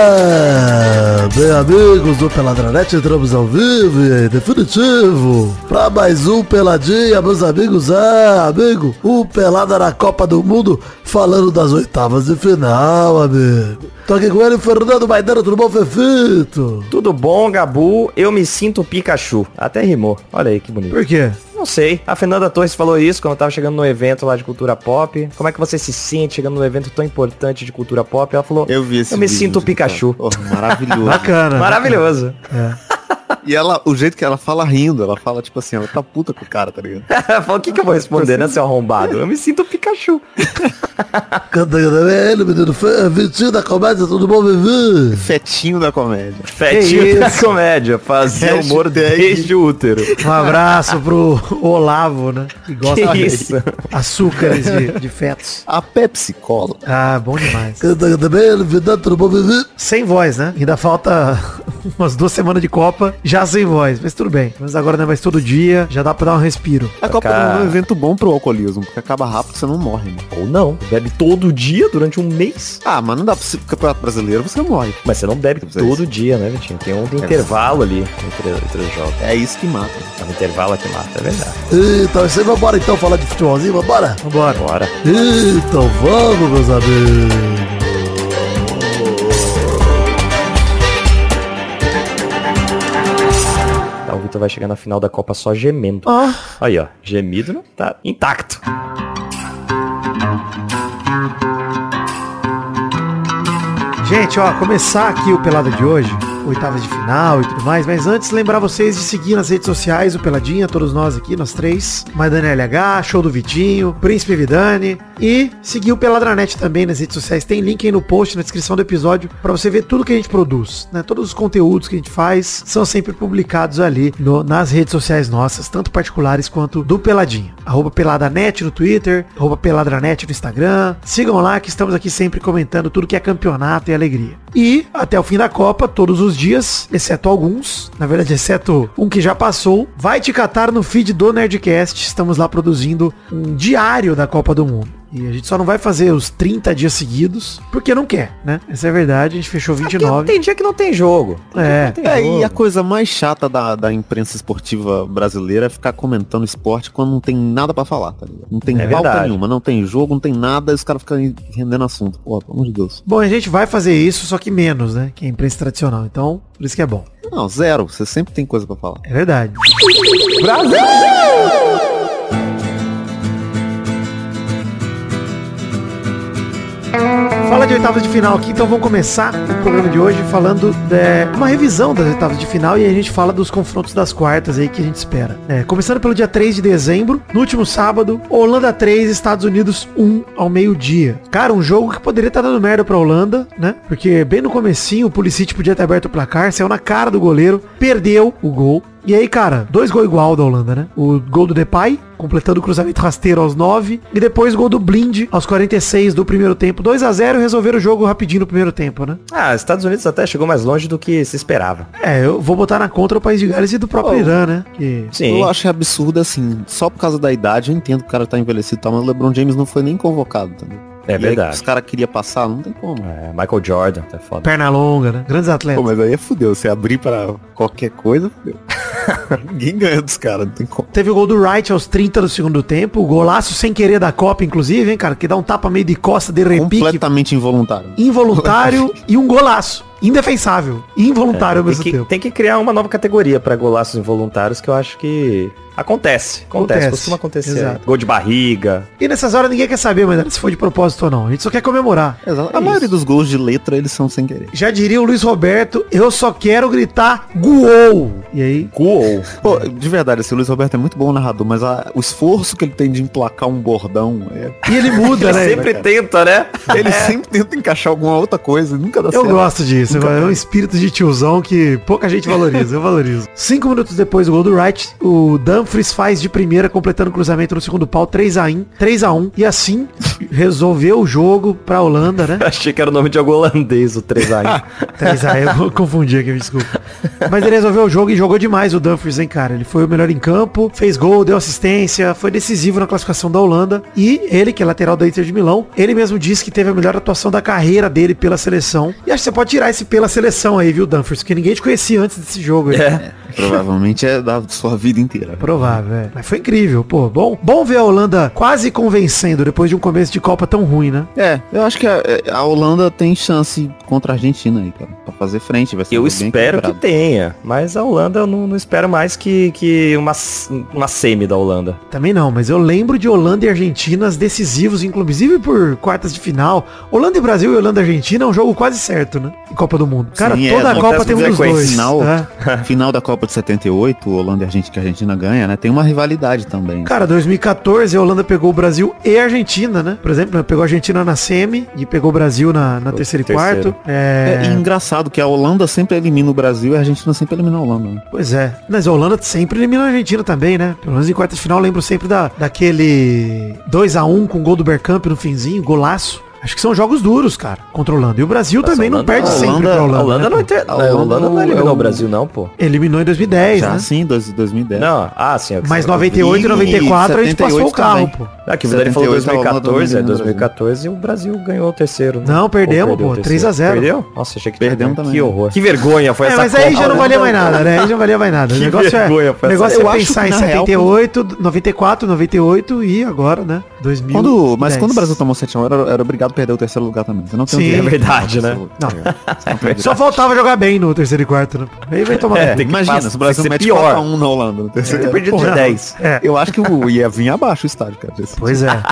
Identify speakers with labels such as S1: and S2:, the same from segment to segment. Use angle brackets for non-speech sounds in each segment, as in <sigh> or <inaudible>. S1: Ah, bem, amigos do Peladranete, entramos ao vivo e em definitivo pra mais um Peladinha, meus amigos. É, amigo, o Pelada na Copa do Mundo, falando das oitavas de final, amigo. Tô aqui com ele, Fernando Maidana, tudo bom, Fefito?
S2: Tudo bom, Gabu? Eu me sinto Pikachu. Até rimou. Olha aí que bonito.
S3: Por quê?
S2: Não sei. A Fernanda Torres falou isso quando eu tava chegando no evento lá de cultura pop. Como é que você se sente chegando num evento tão importante de cultura pop? Ela falou,
S4: Eu vi esse
S2: Eu me
S4: vídeo,
S2: sinto
S4: cara.
S2: Pikachu.
S4: Oh, maravilhoso.
S3: Bacana.
S2: Maravilhoso. <laughs>
S4: e ela, o jeito que ela fala rindo, ela fala tipo assim, ela tá puta com o cara, tá ligado?
S2: Ela falou, o que, que eu vou responder, né, seu arrombado? Eu me sinto Pikachu.
S1: Cantando também é ele, menino Fe- Vitinho da Comédia, tudo bom, Vivi?
S4: Fetinho da comédia.
S2: Fetinho da comédia. Fazer humor
S4: Hashtag-
S2: desde o útero.
S3: Um abraço pro Olavo, né? Que gosta
S2: Que
S3: de
S2: isso?
S3: açúcares de, de fetos.
S4: A Pepsi Cola.
S3: Ah, bom demais.
S1: Cantando também é ele, Vidano, tudo bom, Vivi?
S3: Sem voz, né? Ainda falta umas duas semanas de Copa, já sem voz. Mas tudo bem. Mas agora não é mais todo dia, já dá pra dar um respiro.
S4: A Copa
S2: Cara.
S4: do Mundo é um evento bom pro alcoolismo, porque acaba rápido você não morre, né?
S2: Ou não. Bebe todo dia durante um mês.
S4: Ah, mas não dá pra ser campeonato brasileiro, você morre.
S2: Mas você não bebe
S4: Vocês.
S2: todo dia, né, Vitinho? Tem um intervalo ali entre, entre os jogos.
S4: É isso que mata.
S2: É um intervalo aqui mata, é verdade.
S1: Então, isso aí, vambora então, falar de futebolzinho, vambora?
S3: Vambora.
S2: Bora.
S1: Então vamos, meus amigos.
S2: Tá, o Vitor vai chegar na final da Copa só gemendo.
S3: Ó,
S2: Aí, ó. Gemido não tá intacto.
S3: Gente, ó, começar aqui o Pelada de hoje, oitavas de final e tudo mais, mas antes lembrar vocês de seguir nas redes sociais o Peladinha, todos nós aqui, nós três, Maidana LH, Show do Vitinho, Príncipe Vidani e seguir o Peladranet também nas redes sociais, tem link aí no post, na descrição do episódio, pra você ver tudo que a gente produz, né, todos os conteúdos que a gente faz são sempre publicados ali no- nas redes sociais nossas, tanto particulares quanto do Peladinha, arroba Peladanet no Twitter, arroba Peladranet no Instagram, sigam lá que estamos aqui sempre comentando tudo que é campeonato e alegria. E até o fim da Copa, todos os dias, exceto alguns, na verdade, exceto um que já passou, vai te catar no feed do Nerdcast. Estamos lá produzindo um diário da Copa do Mundo. E a gente só não vai fazer os 30 dias seguidos, porque não quer, né? Essa é a verdade, a gente fechou 29.
S2: Tem dia que não tem jogo.
S3: É.
S4: É, e a coisa mais chata da, da imprensa esportiva brasileira é ficar comentando esporte quando não tem nada pra falar, tá ligado? Não tem
S2: É
S4: pauta
S2: verdade.
S4: nenhuma, não tem jogo, não tem nada, e os caras ficam rendendo assunto. Pô, pelo amor de Deus.
S3: Bom, a gente vai fazer isso, só que menos, né? Que a imprensa tradicional. Então, por isso que é bom.
S4: Não, zero. Você sempre tem coisa pra falar.
S3: É verdade. Fala de oitavas de final aqui, então vamos começar o programa de hoje falando de uma revisão das oitavas de final e a gente fala dos confrontos das quartas aí que a gente espera. É, começando pelo dia 3 de dezembro, no último sábado, Holanda 3, Estados Unidos 1 ao meio-dia. Cara, um jogo que poderia estar dando merda pra Holanda, né? Porque bem no comecinho o Pulisic podia ter aberto o placar, saiu na cara do goleiro, perdeu o gol. E aí, cara, dois gols igual da Holanda, né? O gol do Depay, completando o cruzamento rasteiro aos 9. E depois gol do Blind aos 46 do primeiro tempo. 2 a 0 resolveram o jogo rapidinho no primeiro tempo, né?
S2: Ah, Estados Unidos até chegou mais longe do que se esperava.
S3: É, eu vou botar na contra o País de Gales e do próprio
S4: Oh.
S3: Irã, né? Que...
S2: Sim.
S4: Eu acho absurdo, assim, só por causa da idade, eu entendo que o cara tá envelhecido e tal, mas o LeBron James não foi nem convocado também.
S2: É verdade.
S4: os caras queriam passar, não tem como.
S2: É, Michael Jordan, tá foda.
S3: Perna longa, né? Grandes
S4: Pô,
S3: atletas.
S4: mas aí é fudeu. Você abrir pra qualquer coisa, <laughs> fudeu. Ninguém ganha dos caras, não tem como.
S3: Teve o gol do Wright aos 30 do segundo tempo. O golaço sem querer da Copa, inclusive, hein, cara? Que dá um tapa meio de costa, de repique,
S4: Completamente involuntário.
S3: involuntário e um golaço. Indefensável. e Involuntário
S2: Tem
S3: ao mesmo
S2: É, que,
S3: tempo.
S2: tem que criar uma nova categoria pra golaços involuntários que eu acho que acontece. Acontece,
S3: Acontece,
S2: costuma acontecer.
S3: exato.
S2: Gol de barriga.
S3: E nessas horas ninguém quer saber, mas né, se foi de propósito ou não. A gente só quer comemorar.
S4: Exato.
S3: É
S4: A maioria
S3: isso.
S4: dos gols de letra, eles são sem querer.
S3: Já diria o Luiz Roberto, eu só quero gritar Guou! E aí?
S2: Gol.
S4: Pô, de verdade, assim, o Luiz Roberto é muito bom narrador, mas a- o esforço que ele tem de emplacar um bordão, é-
S3: E ele muda,
S2: <laughs> Ele
S3: né?
S2: sempre tenta, né? <laughs>
S4: <laughs> ele sempre tenta encaixar alguma outra coisa e nunca dá
S3: Eu
S4: certo.
S3: gosto disso, isso. É um espírito de tiozão que pouca gente valoriza. Eu valorizo. Cinco minutos depois do gol do Wright, o Dumfries faz de primeira, completando o cruzamento no segundo pau, 3x1. 3x1. E assim, resolveu o jogo pra Holanda, né?
S2: Achei que era o nome de algum holandês, o 3x1.
S3: 3x1, Tá, eu vou confundir aqui, me desculpa. Mas ele resolveu o jogo e jogou demais o Dumfries, hein, cara? Ele foi o melhor em campo, fez gol, deu assistência, foi decisivo na classificação da Holanda. E ele, que é lateral da Inter de Milão, ele mesmo disse que teve a melhor atuação da carreira dele pela seleção. E acho que você pode tirar esse pela seleção aí, viu, Dumfries? Porque ninguém te conhecia antes desse jogo. aí.
S2: É.
S4: Provavelmente é da sua vida inteira.
S3: Provável, é. Mas foi incrível, pô. Bom, bom ver a Holanda quase convencendo depois de um começo de Copa tão ruim, né?
S4: É, eu acho que a, a Holanda tem chance contra a Argentina aí, cara. Pra fazer frente, vai ser
S2: Eu
S4: um jogo bem
S2: espero que <laughs>
S4: equilibrado.
S2: tenha, mas a Holanda eu não, não espero mais que, que uma, s- uma semi da Holanda.
S3: Também não, mas eu lembro de Holanda e Argentina decisivos, inclusive por quartas de final. Holanda e Brasil e Holanda e Argentina é um jogo quase certo, né? Em Copa do Mundo. Cara,
S4: Sim, é,
S3: toda a
S4: acontece
S3: Copa tem um
S2: com
S3: dos dois.
S4: Final,
S3: né?
S4: final da Copa de 78, Holanda e Argentina, que a Argentina ganha, né? Tem uma rivalidade também.
S3: Cara, 2014 a Holanda pegou o Brasil e a Argentina, né? Por exemplo, pegou a Argentina na semi e pegou o Brasil na, na terceira e
S2: terceiro.
S3: quarto. É,
S4: É, e engraçado que a Holanda sempre elimina o Brasil e a Argentina sempre elimina a Holanda. né?
S3: Pois é. Mas a Holanda sempre elimina a Argentina também, né? Pelo menos em quarta de final eu lembro sempre da, daquele 2x1 com o gol do Bergkamp no finzinho, golaço. Acho que são jogos duros, cara, contra a Holanda. E o Brasil
S2: Mas a
S3: também não
S2: Holanda-
S3: perde
S4: a
S3: sempre
S4: Holanda-
S3: pra
S2: A
S3: Holanda.
S2: Holanda
S3: né,
S2: não,
S3: pô?
S2: inter...
S4: É, A
S2: a Holanda não
S4: Holanda
S2: eliminou
S4: é
S2: o
S4: o-
S2: Brasil, não, pô.
S3: Eliminou em 2010,
S4: Já
S3: né?
S4: sim, dois- 2010.
S2: Não, ah, sim. é o que
S3: Mas
S2: você-
S3: 98 e 94 a gente
S4: 78
S3: passou o carro,
S4: também.
S3: pô.
S2: Ah, que o Vidani
S4: 78
S2: falou
S4: a
S2: 2014,
S4: Holanda
S2: é
S4: dominou o Brasil.
S2: 2014 e o Brasil ganhou o terceiro. né?
S3: né? Não, perdemos,
S2: Ou perdeu
S3: pô,
S2: o terceiro.
S3: 3 a 0.
S2: Perdeu? Nossa, achei que tinha
S4: Perdemos
S2: ganho.
S4: também.
S2: Que horror. Que vergonha foi
S3: né? É,
S2: essa
S3: mas aí
S2: Copa,
S3: já não
S2: né?
S3: valia mais nada, né? Aí já não valia mais
S2: <laughs>
S3: nada. O
S2: Que
S3: negócio
S2: vergonha,
S3: é, o
S2: parece.
S3: negócio
S4: Eu
S3: é
S4: acho
S3: pensar
S4: que,
S3: em
S4: na real,
S3: 78, 94, 98 e agora, né? 2000.
S4: Quando, mas quando o Brasil tomou 7x1, era, era obrigado a perder o terceiro lugar também. Você não tem
S3: Sim,
S4: o direito
S3: é
S4: de tomar
S2: verdade,
S4: o terceiro
S2: né?
S4: lugar.
S3: Não.
S4: Você não tem o direito.
S3: <laughs> Só faltava jogar bem no terceiro e quarto, né? Aí vai
S2: <laughs>
S3: tomar
S2: É,
S3: no cu.
S2: tem que
S4: Imagina,
S2: passar-
S4: se o Brasil
S2: tem que
S4: mete
S2: ser pior.
S4: 4x1 na Holanda no terceiro
S2: Ter
S4: lugar.
S2: perdido de
S3: Porra.
S2: 10.
S3: É.
S4: Eu acho que o, ia vir abaixo o estádio, cara. desse-
S3: Pois é.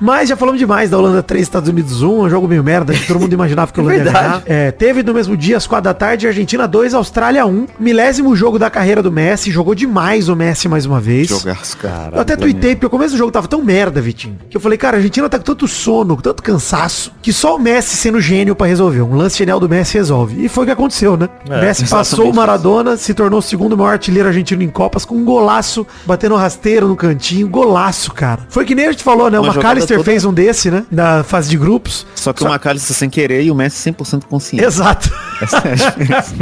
S3: Mas já falamos demais da Holanda 3, Estados Unidos 1, um jogo meio merda, que todo mundo imaginava que a Holanda ia ganhar.
S2: Verdade.
S3: É, teve no mesmo dia, às 4 da tarde, Argentina 2, Austrália 1. Milésimo jogo da carreira do Messi, jogou demais o Messi mais uma vez.
S4: Jogaço, cara.
S3: é. Eu até tuitei, porque o começo do jogo tava tão merda, Vitinho, que eu falei, cara, a Argentina tá com tanto sono, com tanto cansaço, que só o Messi sendo gênio pra resolver. Um lance genial do Messi resolve. E foi o que aconteceu, né?
S2: É,
S3: Messi passou o Maradona, se tornou o segundo maior artilheiro argentino em Copas, com um golaço, batendo um rasteiro no cantinho, golaço, cara. Foi que nem a gente falou, né? O
S4: Uma jogada
S3: McAllister
S4: toda-
S3: fez um desse, né? Na fase de grupos.
S4: Só que o Macalista sem querer e o Messi 100% consciente. <laughs>
S3: Exato. <laughs>
S4: Essa é a diferença.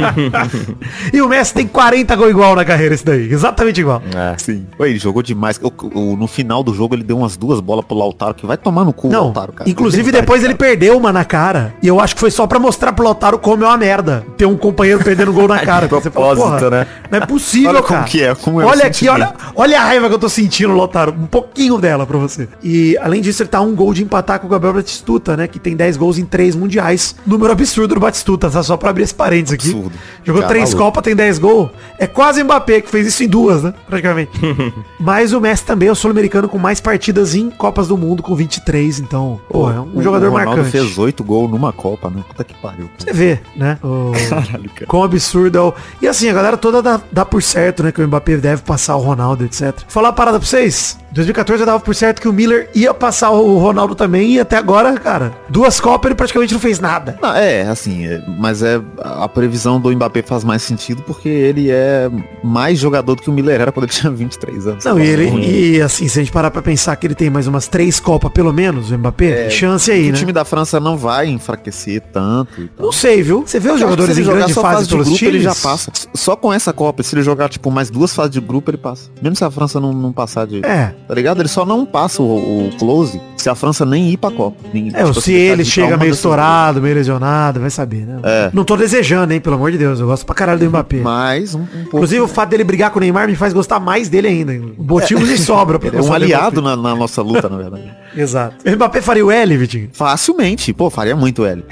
S3: E o Messi tem 40 gols igual na carreira, esse daí. Exatamente igual.
S2: É.
S4: Sim. Ué, ele jogou demais. O- o- no final do jogo ele deu umas duas bolas pro Lautaro, que vai tomar no cu o
S3: Não,
S4: Lautaro, cara.
S3: inclusive depois ele perdeu uma na cara. E eu acho que foi só pra mostrar pro Lautaro como é uma merda. Ter um companheiro perdendo
S4: <laughs>
S3: gol na cara. Você fala,
S2: propósito,
S3: "Porra,
S2: né?"
S3: Não é possível,
S4: Olha
S3: cara.
S4: como que é, como é o
S3: olha aqui,
S4: sentimento.
S3: olha, olha a raiva que eu tô sentindo, Lautaro. Um pouquinho dela pra você. E além disso, ele tá a um gol de empatar com o Gabriel Batistuta, né? Que tem 10 gols em 3 mundiais. Número absurdo do Batistuta, tá? Só pra abrir esse parênteses aqui.
S4: Absurdo.
S3: Jogou
S4: Cara,
S3: três
S4: maluco.
S3: Copa, tem 10 gols. É quase Mbappé, que fez isso em duas, né? Praticamente. Mas o Messi também é o sul-americano com mais partidas em Copas do Mundo, com 23. Então, pô, é um
S4: O-
S3: jogador
S4: o Ronaldo
S3: marcante.
S4: fez oito gols numa Copa, né? Puta que pariu.
S3: Você vê, né? O...
S4: <laughs> Caralho, cara.
S3: Quão absurdo é o... E assim, a galera toda dá, dá por certo, né? Que o Mbappé deve passar o Ronaldo, etc. Falar uma parada pra vocês. 2014 eu dava por certo que o Miller ia passar o Ronaldo também. E até agora, cara, duas Copas ele praticamente não fez nada.
S4: Não, é, assim, é, mas é a previsão do Mbappé faz mais sentido porque ele é mais jogador do que o Miller era quando ele tinha 23 anos. Então,
S3: Não, e
S4: Ruim.
S3: ele, e assim, se a gente parar pra pensar que ele tem mais umas três Copas, pelo menos, o Mbappé, chance aí,
S4: o
S3: né?
S4: É, time da França não vai enfraquecer tanto. e tal.
S3: Não sei, viu? Você vê os
S4: Eu acho que
S3: jogadores
S4: se
S3: em
S4: ele jogar
S3: grande
S4: só
S3: fase
S4: de
S3: pelos
S4: grupo,
S3: times?
S4: Ele já passa. Só com essa Copa, se ele jogar, tipo, mais duas fases de grupo, ele passa. Mesmo se a França não, não passar de.
S3: É.
S4: Tá ligado? Ele só não passa o, o close se a França nem ir pra Copa. Nem, tipo assim,
S3: É, ou se ele chega meio estourado, meio lesionado, vai saber, né?
S4: É.
S3: Não tô desejando, hein, pelo amor de Deus. Eu gosto pra caralho do Mbappé.
S4: Mas um, um pouco.
S3: Inclusive, o fato dele brigar com o Neymar me faz gostar mais dele ainda.
S4: <laughs>
S3: Motivos de sobra
S4: É,
S3: pra
S4: ele é um
S3: gostar do
S4: aliado na, na nossa luta, na verdade.
S3: Mbappé. Exato. O Mbappé faria o L, Vitinho? <laughs>
S4: Facilmente. Pô, faria muito L.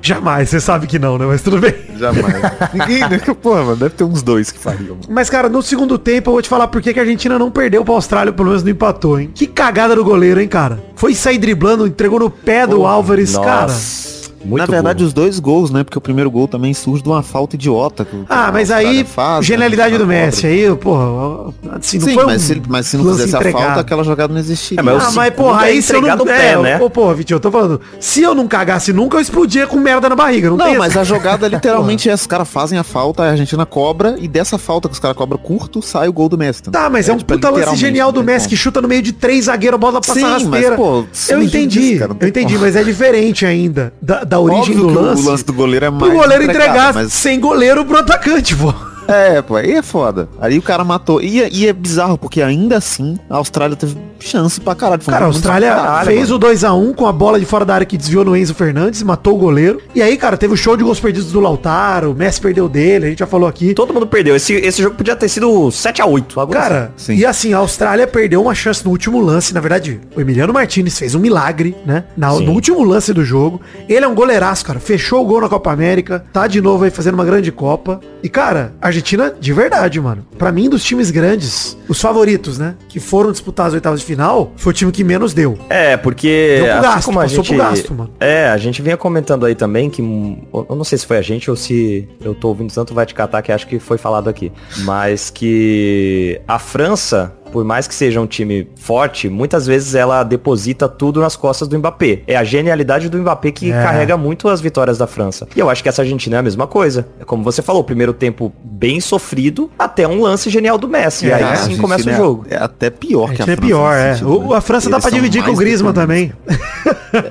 S3: Jamais, você sabe que não, né? Mas tudo bem.
S4: Jamais. <laughs> Ninguém, né? Porra, mano, deve ter uns dois que fariam.
S3: Mas, cara, no segundo tempo eu vou te falar por que que a Argentina não perdeu pra Austrália, pelo menos não empatou, hein? Que cagada do goleiro, hein, cara? Foi sair driblando, entregou no pé do Álvares, cara.
S2: Nossa. Muito
S4: Na verdade,
S2: burro.
S4: os dois gols, né? Porque o primeiro gol também surge de uma falta idiota. que o-
S3: Ah, mas
S4: a
S3: aí,
S4: Austrália faz, né,
S3: genialidade
S4: na
S3: do
S4: cobra.
S3: Messi aí, porra, assim, não
S4: Sim,
S3: foi
S4: mas,
S3: um
S4: se, mas se não
S3: lance
S4: fizesse a
S3: entregado.
S4: falta, aquela jogada não existiria.
S2: É, mas o
S3: Ah, mas
S2: segundo
S3: porra,
S2: é
S3: aí se eu
S2: entregado
S3: não...
S2: o pé,
S3: é,
S2: né?
S3: Ô, porra, Vitinho, eu tô falando, se eu não cagasse nunca, eu explodia com merda na barriga, não,
S4: Não,
S3: tem
S4: mas
S3: essa?
S4: a jogada
S3: <laughs>
S4: literalmente é os caras fazem a falta, a Argentina cobra, e dessa falta que os caras cobram curto, sai o gol do Messi.
S3: Tá, mas é, um
S4: tipo,
S3: puta lance
S4: literalmente,
S3: genial do
S4: não tem
S3: Messi que
S4: como.
S3: chuta no meio de três zagueiros, a bola passa
S4: Sim, mas,
S3: rasteira.
S4: pô,
S3: eu
S4: surge
S3: entendi,
S4: disso, cara, não
S3: eu
S4: tem
S3: entendi,
S4: como.
S3: mas é diferente ainda da, da origem
S4: Óbvio
S3: do
S4: que o-
S3: lance.
S4: O lance do goleiro é mais.
S3: pro goleiro
S4: entregado,
S3: entregar
S4: mas-
S3: sem goleiro pro atacante, pô.
S4: É, pô, aí é foda. Aí o cara matou. E, é- e é bizarro, porque ainda assim a Austrália teve chance pra caralho. Foi um
S3: Cara, a
S4: jogo muito
S3: Austrália
S4: pra caralho,
S3: fez
S4: mano.
S3: o 2x1 com a bola de fora da área que desviou no Enzo Fernandes, matou o goleiro. E aí, cara, teve o show de gols perdidos do Lautaro, o Messi perdeu dele, a gente já falou aqui.
S2: Todo mundo perdeu. Esse, esse jogo podia ter sido 7x8. algo
S3: Cara,
S4: Sim.
S3: e assim, a Austrália perdeu uma chance no último lance. Na verdade, o Emiliano Martinez fez um milagre, né? Na-
S2: Sim.
S3: no último lance do jogo. Ele é um goleiraço, cara. Fechou o gol na Copa América. Tá de novo aí fazendo uma grande Copa. E, cara, a Argentina, de verdade, mano. Pra mim, um dos times grandes, os favoritos, né? Que foram disputar as oitavas de final, foi o time que menos deu.
S2: É, porque.
S3: Deu pro
S2: assim
S3: gasto,
S2: como a
S3: passou
S2: gente,
S3: pro gasto, mano.
S2: É, a gente vinha comentando aí também que. hum, Eu não sei se foi a gente ou se eu tô ouvindo tanto vai te catar que acho que foi falado aqui. Mas que a França. Por mais que seja um time forte, muitas vezes ela deposita tudo nas costas do Mbappé. É a genialidade do Mbappé que
S3: É.
S2: carrega muito as vitórias da França. E eu acho que essa Argentina é a mesma coisa. É Como você falou, primeiro tempo bem sofrido, até um lance genial do Messi. e aí
S4: É, a
S2: assim
S4: Argentina
S2: começa o
S4: é-
S2: jogo.
S4: É até pior
S3: A
S4: que a
S3: Argentina é
S4: França.
S3: pior,
S4: nesse
S3: é.
S4: sentido,
S3: O-
S4: né?
S3: a França dá
S4: Eles
S3: pra
S4: são
S3: dividir com o
S4: mais
S3: Griezmann
S4: determinantes.
S3: também.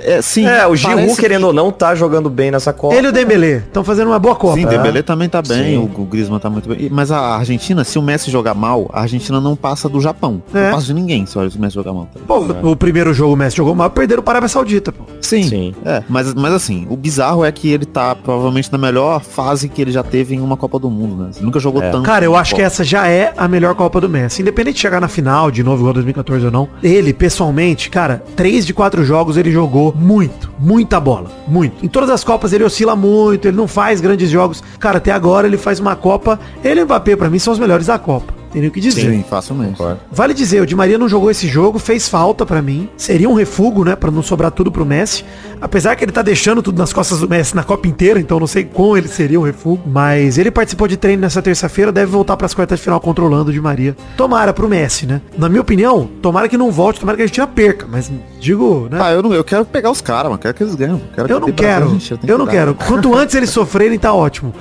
S4: É, sim.
S2: É, o Giroud,
S4: parece que-
S2: querendo ou não, tá jogando bem nessa Copa.
S3: Ele e o Dembélé estão fazendo uma boa Copa.
S4: Sim, o Dembélé também tá bem,
S2: Sim.
S4: o o Griezmann tá muito bem. E- Mas a Argentina, se o Messi jogar mal, a Argentina não passa do Japão.
S3: É.
S4: Não passa de ninguém se o Messi jogar mal. tá ligado?
S3: Pô, o primeiro jogo o Messi jogou mal, perderam para a Arábia Saudita, pô.
S4: Sim.
S2: Sim.
S4: É, mas, mas assim, o bizarro é que ele tá provavelmente na melhor fase que ele já teve em uma Copa do Mundo, né? Ele nunca jogou tanto.
S3: Cara, eu acho que
S4: é
S3: essa já é a melhor Copa do Messi. Independente de chegar na final de novo, igual 2014 ou não, ele, pessoalmente, cara, três de quatro jogos ele jogou muito, muita bola, muito. Em todas as Copas ele oscila muito, ele não faz grandes jogos. Cara, até agora ele faz uma Copa. Ele e o Mbappé, pra mim, são os melhores da Copa. Tem nem o que dizer.
S4: Sim, facilmente.
S3: Vale dizer, o Di Maria não jogou esse jogo, fez falta pra mim. Seria um refúgio, né, Pra não sobrar tudo pro Messi. Apesar que ele tá deixando tudo nas costas do Messi na Copa inteira, então não sei como ele seria um refúgio, mas ele participou de treino nessa terça-feira, deve voltar pras quartas de final controlando o Di Maria. Tomara pro Messi, né? Na minha opinião, tomara que não volte, tomara que a Argentina perca, mas digo, né?
S4: Ah, eu, não, eu quero pegar os caras, mano. Quero que eles ganhem. Quero
S3: Eu
S4: que
S3: não
S4: dê Brasil,
S3: quero.
S4: gente, tenho
S3: Eu não
S4: que dar.
S3: quero. Quanto antes eles sofrerem, tá ótimo.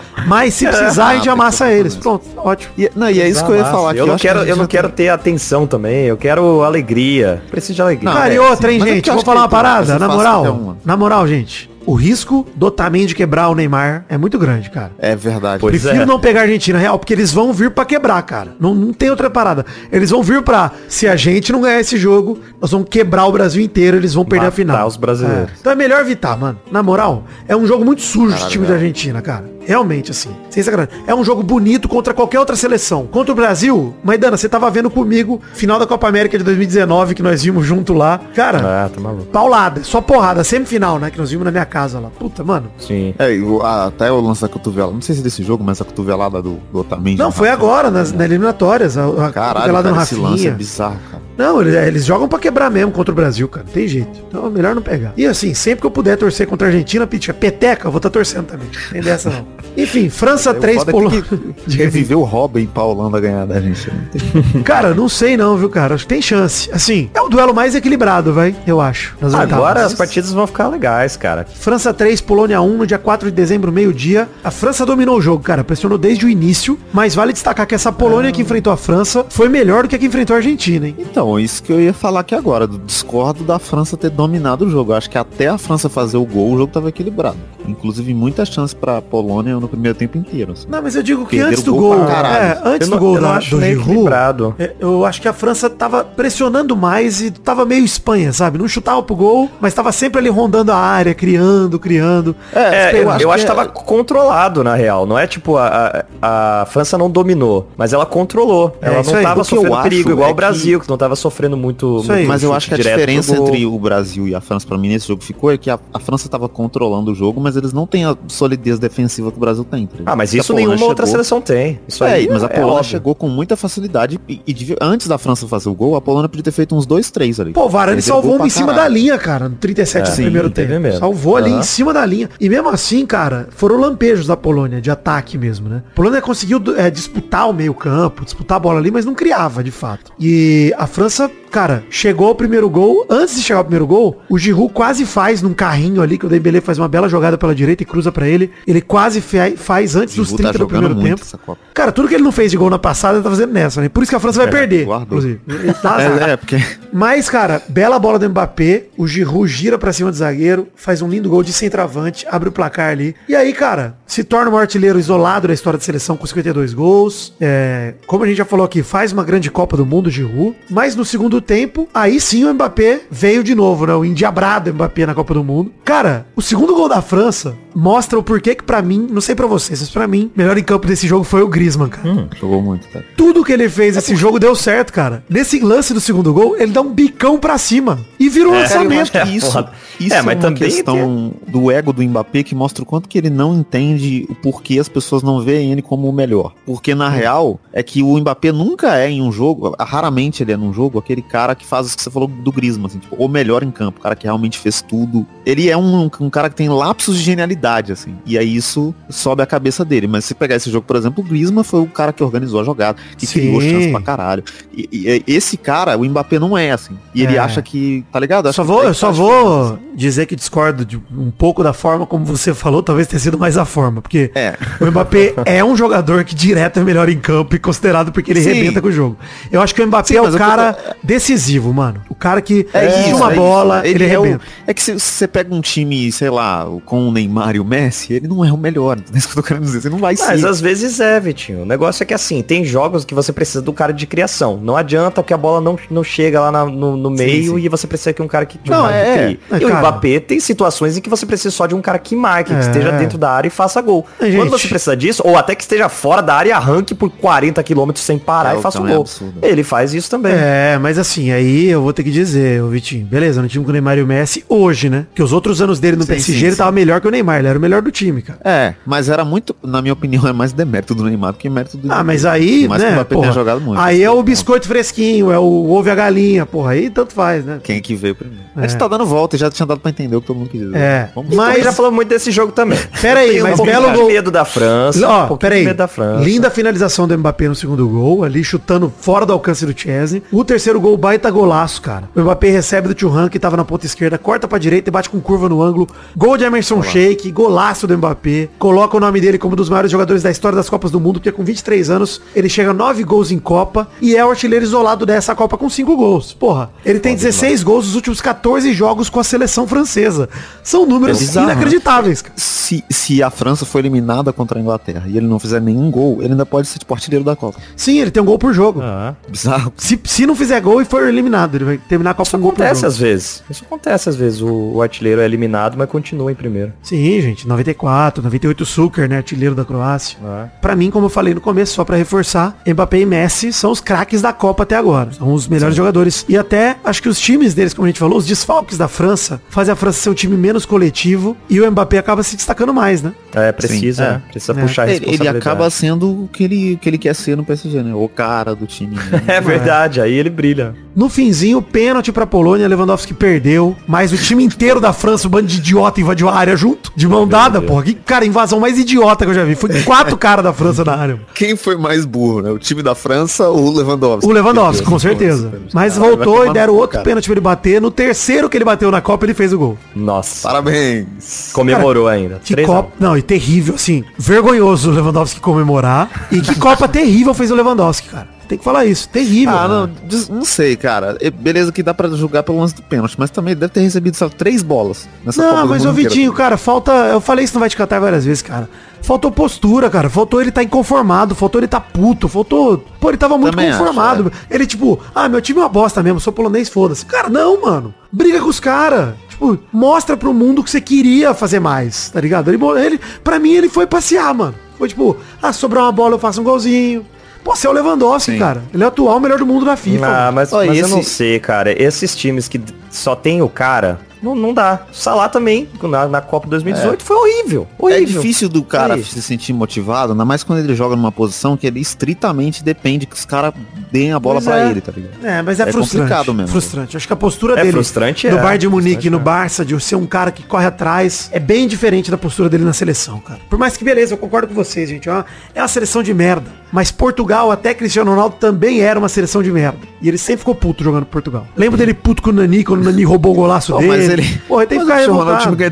S4: <laughs>
S3: Mas se precisar, a gente
S4: Ah,
S3: amassa
S4: tem que
S3: eles.
S4: fazer
S3: Pronto, ótimo.
S4: E, não, e é isso que eu ia falar. que
S2: Eu não
S4: acho que
S2: quero,
S4: a gente
S2: eu não
S4: já
S2: quero ter atenção também. Eu quero alegria. Preciso de alegria.
S4: Não,
S3: Cara, e
S4: é,
S3: outra,
S4: sim.
S3: hein,
S4: Mas é
S3: gente?
S4: porque eu
S3: Vou
S4: acho que
S3: falar uma
S4: ele tem-
S3: parada,
S4: eu
S3: na
S4: faço qualquer
S3: moral.
S4: é uma.
S3: Na moral, gente. O risco do Otamendi quebrar o Neymar é muito grande, cara.
S4: É verdade.
S2: Pois
S3: Prefiro
S2: é.
S3: não pegar a Argentina, real, porque eles vão vir pra quebrar, cara. Não, não tem outra parada. Eles vão vir pra, se a gente não ganhar esse jogo, nós vamos quebrar o Brasil inteiro, eles vão perder
S2: Matar
S3: a final.
S2: os brasileiros.
S3: É. Então é melhor evitar, mano. Na moral, é um jogo muito sujo esse
S4: Caralho,
S2: é.
S3: time da
S4: velho.
S3: Argentina, cara. Realmente, assim. Sem sacanagem. É um jogo bonito contra qualquer outra seleção. Contra o Brasil, Maidana, você tava vendo comigo final da Copa América de 2019, que nós vimos junto lá. Cara,
S2: Ah, tá maluco.
S3: Paulada, só porrada, semifinal, né? Que nós vimos na minha casa lá. Puta, mano.
S2: Sim.
S4: É, e o- a- até o lance da cotovela. Não sei se desse jogo, mas a cotovelada do, do Otamendi.
S3: Não, foi agora, nas, nas eliminatórias. A, a
S4: Caralho,
S3: cotovelada
S4: cara,
S3: no
S4: esse lance é
S3: Rafinha.
S4: bizarro, cara.
S3: Não, eles, é, eles jogam pra quebrar mesmo contra o Brasil, cara. Não tem jeito. Então é melhor não pegar. E assim, sempre que eu puder torcer contra a Argentina, picha, peteca, eu vou estar torcendo também. Não Tem
S4: <laughs>
S3: dessa não. Enfim, França um.
S4: O
S3: 3,
S4: foda é
S3: Polônia.
S4: que Reviveu o Robin pra Holanda ganhar da gente. né?
S3: <laughs> Cara, não sei não, viu, cara? Acho que tem chance. Assim, é o duelo mais equilibrado, vai, eu acho. nas oitavas.
S2: Agora as partidas vão ficar legais, cara.
S3: França 3, Polônia 1, no dia 4 de dezembro, meio-dia. A França dominou o jogo, cara. Pressionou desde o início. Mas vale destacar que essa
S4: Ah.
S3: Polônia que enfrentou a França foi melhor do que a que enfrentou a Argentina, hein?
S4: Então, isso que eu ia falar aqui agora. do- Discordo da França ter dominado o jogo. Eu acho que até a França fazer o gol, o jogo tava equilibrado. Inclusive, muita chance pra Polônia no primeiro tempo inteiro. assim.
S3: Não, mas eu digo que
S4: Perderam
S3: antes do
S4: gol
S3: gol.
S4: pra caralho.
S3: é, antes
S2: Eu não-
S3: do gol
S2: eu não
S3: da,
S2: acho
S3: do
S2: nem
S3: Giroud.
S2: equilibrado.
S3: é, Eu acho que a França tava pressionando mais e tava meio Espanha, sabe? Não chutava pro gol, mas tava sempre ali rondando a área, criando, criando.
S2: É, eu, eu acho, que
S4: é-
S2: tava controlado, na real. Não é tipo, a, a, a França não dominou, mas ela controlou.
S3: É,
S2: ela
S3: isso
S2: não
S3: aí.
S2: tava
S4: É O que eu
S2: sofrendo
S4: acho
S2: perigo, igual
S4: é
S2: o Brasil, que... não tava tava sofrendo muito.
S3: Isso aí.
S2: muito
S4: Mas eu
S2: chute
S4: acho que a
S2: direto,
S4: diferença
S2: jogou-
S4: entre o Brasil e a França pra mim nesse jogo ficou é que a, a França tava controlando o jogo, mas eles não têm a solidez defensiva que o Brasil tem. tá ligado?
S2: Ah, mas
S4: Porque a
S2: isso
S4: Polônia
S2: nenhuma outra
S4: chegou-
S2: seleção tem. Isso
S4: É,
S2: aí.
S4: mas a
S2: é
S4: Polônia
S2: óbvio.
S4: chegou com muita facilidade e, e devia- antes da França fazer o gol, a Polônia podia ter feito uns dois, três ali.
S3: Pô, o Varane
S4: Ele
S3: salvou
S4: jogou
S3: uma
S4: pra
S3: em cima
S4: caralho.
S3: da linha, cara, no 37
S4: É,
S3: do
S4: sim,
S3: primeiro
S2: teve
S3: tempo.
S2: mesmo.
S3: Salvou ali
S2: Aham.
S3: em cima da linha. E mesmo assim, cara, foram lampejos da Polônia, de ataque mesmo, né? A Polônia conseguiu é, disputar o meio campo, disputar a bola ali, mas não criava, de fato. E a França, cara, chegou ao primeiro gol. Antes de chegar ao primeiro gol, o Giroud quase faz num carrinho ali, que o Dembélé faz uma bela jogada pela direita e cruza pra ele. Ele quase fe- faz antes
S4: Giroud
S3: dos
S4: tá
S3: 30 do
S4: jogando
S3: primeiro
S4: muito
S3: tempo.
S4: essa Copa.
S3: Cara, tudo que ele não fez de gol na passada, ele tá fazendo nessa, né? Por isso que a França vai perder,
S4: guardou.
S3: inclusive. Ele tá azar. <laughs>
S4: É, é, porque
S3: Mas, cara, bela bola do Mbappé. O Giroud gira pra cima do zagueiro, faz um lindo gol de centroavante, abre o placar ali. E aí, cara, se torna um artilheiro isolado da história da seleção com 52 gols. É, como a gente já falou aqui, faz uma grande Copa do Mundo, Giroud. Mas no segundo tempo, aí sim o Mbappé veio de novo, né? O endiabrado Mbappé na Copa do Mundo. Cara, o segundo gol da França mostra o porquê que pra mim, não sei pra vocês, mas pra mim, melhor em campo desse jogo foi o Griezmann, cara.
S4: jogou muito, cara.
S3: Tudo que ele fez nesse jogo deu certo, cara. Nesse lance do segundo gol, ele dá um bicão pra cima e vira um
S4: Cara, eu
S3: lançamento.
S4: acho que
S2: É,
S4: isso,
S2: foda.
S4: isso
S2: É,
S4: é,
S2: mas
S4: uma
S2: também
S4: questão do ego do Mbappé que mostra o quanto que ele não entende o porquê as pessoas não veem ele como o melhor. Porque na real é que o Mbappé nunca é em um jogo, raramente ele é num jogo, aquele cara que faz o que você falou do Griezmann, assim, tipo, o melhor em campo, o cara que realmente fez tudo. Ele é um, um cara que tem lapsos de genialidade, assim, e aí isso sobe a cabeça dele. Mas se pegar esse jogo, por exemplo, o Griezmann foi o cara que organizou a jogada, que
S3: Sim.
S4: criou chance pra caralho. E, e- e esse cara, o Mbappé não é assim. E ele
S3: É.
S4: acha que, tá ligado?
S3: Eu só
S4: Acho
S3: vou,
S4: que-
S3: eu só
S4: acho que-
S3: vou dizer que discordo de um pouco da forma como você falou, talvez tenha sido mais a forma, porque
S4: É.
S3: o Mbappé é um jogador que direto é melhor em campo e considerado porque ele
S4: Sim.
S3: arrebenta com o jogo. Eu acho que o Mbappé
S4: Sim,
S3: é o
S4: mas eu tô-
S3: cara decisivo, mano. O cara que
S4: É
S3: tira
S4: isso,
S3: uma
S4: é
S3: bola,
S4: isso.
S3: ele,
S4: é, o,
S3: arrebenta.
S4: é que se se você pega um time, sei lá, com o Neymar e o Messi, ele não é o melhor. É <laughs> isso que eu tô querendo dizer. Você não vai
S2: Mas
S4: ser.
S2: às vezes é, Vitinho. O negócio é que assim, tem jogos que você precisa do cara de criação. Não adianta que a bola não, não chega lá na- no, no meio
S4: sim.
S2: e você precisa que um cara que de um
S4: Não,
S2: cara que
S4: é,
S2: crie.
S3: é,
S2: E
S3: cara.
S2: o Mbappé tem situações em que você precisa só de um cara que marque,
S3: É.
S2: que esteja dentro da área e faça gol.
S3: É, gente.
S2: Quando você precisa disso, ou até que esteja fora da área e arranque por 40 km sem parar
S4: É,
S2: e faça o
S4: também é
S2: gol.
S4: absurdo.
S2: Ele faz isso também.
S3: É, mas assim, aí eu vou ter que dizer, ô Vitinho, beleza, no time com o Neymar e o Messi hoje, né? Que os outros anos dele no
S4: Sim,
S3: PSG
S4: sim,
S3: ele
S4: sim.
S3: tava melhor que o Neymar, ele era o melhor do time, cara.
S4: É, mas era muito, na minha opinião, é mais demérito do Neymar do que mérito do
S3: Ah,
S4: Mbappé.
S3: mas aí,
S4: Mas que o
S3: né,
S4: Mbappé tenha
S3: porra,
S4: jogado muito.
S3: aí é o
S4: Ponto.
S3: biscoito fresquinho, é o ovo e a galinha, porra, aí tanto faz, né?
S4: Quem que veio primeiro?
S3: É.
S4: A gente tá dando volta, já tinha dado pra entender o que todo mundo quis dizer.
S3: É,
S4: Vamos
S2: Mas
S3: mas-
S2: já falou muito desse jogo também.
S3: Pera aí,
S2: Tem
S3: mas
S2: um pouquinho
S3: belo
S2: de
S3: gol.
S2: medo da França. um
S3: Ó,
S2: pouquinho
S3: peraí.
S2: de medo da França.
S3: Linda finalização do Mbappé no segundo gol, ali chutando fora do alcance do Chesney. O terceiro gol, baita golaço, cara. O Mbappé recebe do Churran, que tava na ponta esquerda, corta pra direita e bate com curva no ângulo. Gol de Emerson Sheik, golaço do Mbappé. Coloca o nome dele como um dos maiores jogadores da história das Copas do Mundo, porque com 23 anos ele chega a 9 gols em Copa e é o artilheiro isolado dessa Copa com 5 gols. Porra, ele tem 16 gols nos últimos 14 jogos com a seleção francesa. São números
S4: É bizarro, né?
S3: inacreditáveis, cara.
S4: Se, se a França for eliminada contra a Inglaterra e ele não fizer nenhum gol, ele ainda pode ser tipo artilheiro da Copa.
S3: Sim, ele tem um gol por jogo.
S2: Ah.
S4: Bizarro.
S3: Se, se não fizer gol e for eliminado, ele vai terminar a Copa
S2: Isso
S3: com um gol por
S2: acontece
S3: jogo.
S2: às vezes. Isso acontece às vezes. O, o artilheiro é eliminado, mas continua em primeiro.
S3: Sim, gente, 94, 98 Suker, né, artilheiro da Croácia.
S2: né?
S3: Pra mim, como eu falei no começo, só pra reforçar, Mbappé e Messi são os craques da Copa até agora. São os melhores jogadores. E até acho que os times deles, como a gente falou, os desfalques da França, fazem a França ser um time menos coletivo e o Mbappé acaba se destacando mais, né?
S2: É, precisa,
S4: Sim, é.
S2: né? Precisa
S3: É.
S2: puxar a
S4: Ele,
S2: responsabilidade.
S4: ele acaba sendo o que ele, o que ele quer ser no PSG, né? O cara do time. né?
S2: É verdade, aí ele brilha.
S3: No finzinho, pênalti pra Polônia, Lewandowski perdeu, mas o time inteiro da França, o bando de idiota invadiu a área junto, de mão dada, porra. Que, cara, invasão mais idiota que eu já vi. Foi quatro caras da França na área.
S4: Quem foi mais burro, né? O time da França ou o Lewandowski?
S3: O Lewandowski,
S4: Porque
S3: com certeza. Mas
S4: Caralho, vai
S3: voltou
S4: tomar
S3: e
S4: no
S3: deram
S4: cu,
S3: outro
S4: cara.
S3: pênalti pra ele bater. No terceiro que ele bateu na Copa, ele fez o gol.
S2: Nossa.
S4: Parabéns.
S2: Comemorou ainda.
S3: Que
S2: 3 a 1.
S3: Copa. Não, e terrível, assim. Vergonhoso o Lewandowski comemorar. E que Copa <laughs> terrível fez o Lewandowski, cara. Tem que falar isso. Terrível.
S4: Ah, não,
S3: Cara.
S4: des- não sei, cara. E- Beleza que dá pra julgar pelo lance do pênalti, mas também deve ter recebido só três bolas nessa Copa
S3: Não,
S4: do
S3: mas
S4: Mundo
S3: o
S4: inteira.
S3: Vitinho, cara, falta. Eu falei isso não vai te catar várias vezes, cara. Faltou postura, cara. Faltou ele tá inconformado. Faltou ele tá puto. Faltou. Pô, ele tava muito
S4: Também acho, é.
S3: conformado. Ele, tipo, ah, meu time é uma bosta mesmo. Sou polonês, foda-se. Cara, não, mano. Briga com os caras. Tipo, mostra pro mundo que você queria fazer mais, tá ligado? Ele, ele, pra mim, ele foi passear, mano. Foi tipo, ah, sobrar uma bola, eu faço um golzinho. Pô, você é o Lewandowski,
S4: Sim.
S3: cara. Ele é o atual melhor do mundo da FIFA.
S2: Ah, mas,
S4: Ó,
S2: mas eu
S4: esse-
S2: não sei, cara. Esses times que só tem o cara, não, não dá. O Salah também, na, na Copa 2018, foi horrível.
S4: É
S2: Horrível.
S4: difícil do cara
S2: Horrível.
S4: se sentir motivado, ainda mais quando ele joga numa posição que ele estritamente depende que os caras deem a bola
S2: Pois
S4: pra
S2: é.
S4: ele, tá ligado?
S3: É, mas é,
S4: É
S3: frustrante.
S4: complicado mesmo.
S3: Frustrante. Acho que a postura
S2: É
S3: dele
S2: frustrante,
S3: no
S2: é.
S3: Bayern de Munique, no Barça, de ser um cara que corre atrás, é bem diferente da postura dele na seleção, cara. Por mais que beleza, eu concordo com vocês, gente. É uma, é uma seleção de merda. Mas Portugal, até Cristiano Ronaldo, também era uma seleção de merda. E ele sempre ficou puto jogando por Portugal. Lembro dele puto com o Nani, quando o Nani roubou o golaço
S4: Pô,
S3: dele.
S4: mas ele.
S3: Porra, ele tem
S4: mas
S3: que ficar
S4: o Cristiano Ronaldo, o time
S3: revoltado.
S4: ganha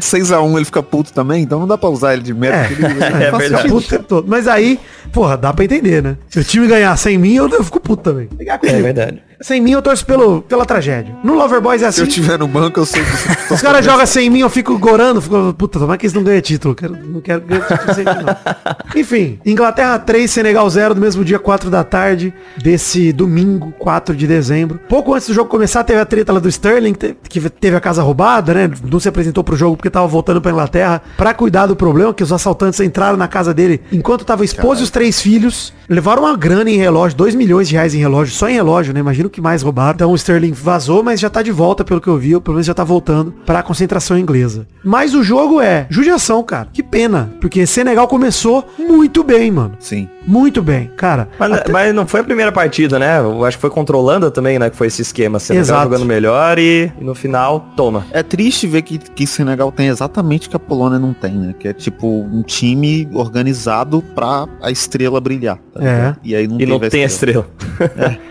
S4: de 6x1, ele fica puto também, então não dá pra usar ele de merda. porque <laughs> ele-
S2: É
S4: ele faz
S2: verdade.
S3: Fica
S4: sentido.
S3: puto o tempo todo. Mas aí, porra, dá pra entender, né? Se o time ganhar sem mim, eu, eu fico puto também.
S2: É verdade.
S3: Sem mim, eu torço pelo, pela tragédia. No Loverboys é assim.
S4: Se eu tiver no banco, eu sei que
S3: Os caras jogam sem mim, eu fico gorando, fico, puta, como é que eles não ganham título? Quero- não quero ganhar título sem mim, não. Enfim, Inglaterra 3, Senegal 0, do mesmo dia, 4 da tarde, desse domingo, 4 de dezembro. Pouco antes do jogo começar, teve a treta lá do Sterling, te- que teve a casa roubada, né? Não se apresentou pro jogo porque tava voltando pra Inglaterra pra cuidar do problema, que os assaltantes entraram na casa dele enquanto tava a esposa e os três filhos, levaram uma grana em relógio, 2 milhões de reais em relógio, só em relógio, né? Imagina o que mais roubaram. Então o Sterling vazou, mas já tá de volta, pelo que eu vi, pelo menos já tá voltando pra concentração inglesa. Mas o jogo é judiação, cara. Que pena, porque Senegal começou muito bem, mano.
S4: Sim.
S3: Muito bem, cara.
S2: Mas,
S3: até-
S2: mas não foi a primeira partida, né? Eu acho que foi controlando também, né? Que foi esse esquema. Senegal
S3: Exato.
S2: jogando melhor e, e no final, toma.
S4: É triste ver que, que Senegal tem exatamente o que a Polônia não tem, né? Que é tipo um time organizado pra a estrela brilhar. tá
S3: É.
S4: ligado? E aí não,
S2: E não
S4: teve
S2: tem a estrela.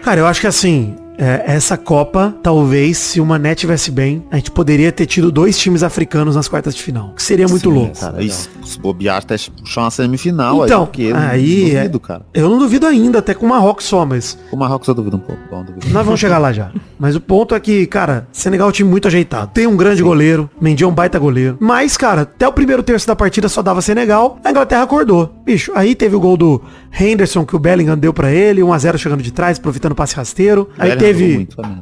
S3: Cara, eu acho que assim, é, essa Copa, talvez, se o Mané tivesse bem, a gente poderia ter tido dois times africanos nas quartas de final. Que seria muito
S4: Sim,
S3: louco.
S4: Cara, isso, se bobear até puxar uma semifinal
S3: Então,
S4: aí, porque eu
S3: aí é-
S4: duvido, cara.
S3: Eu não duvido ainda, até com o Marrocos só, mas
S4: O Marrocos eu duvido um pouco. Bom, duvido.
S3: nós vamos chegar
S4: <laughs>
S3: lá já. Mas o ponto é que, cara, Senegal é um time muito ajeitado. Tem um grande goleiro, Mendy é um baita goleiro. Mas, cara, até o primeiro terço da partida só dava Senegal, a Inglaterra acordou. Bicho, aí teve o gol do Henderson que o Bellingham deu pra ele, 1x0 chegando de trás, aproveitando o passe rasteiro. Aí
S4: Bellingham
S3: teve...
S4: jogou
S3: Muito,
S4: muito, né?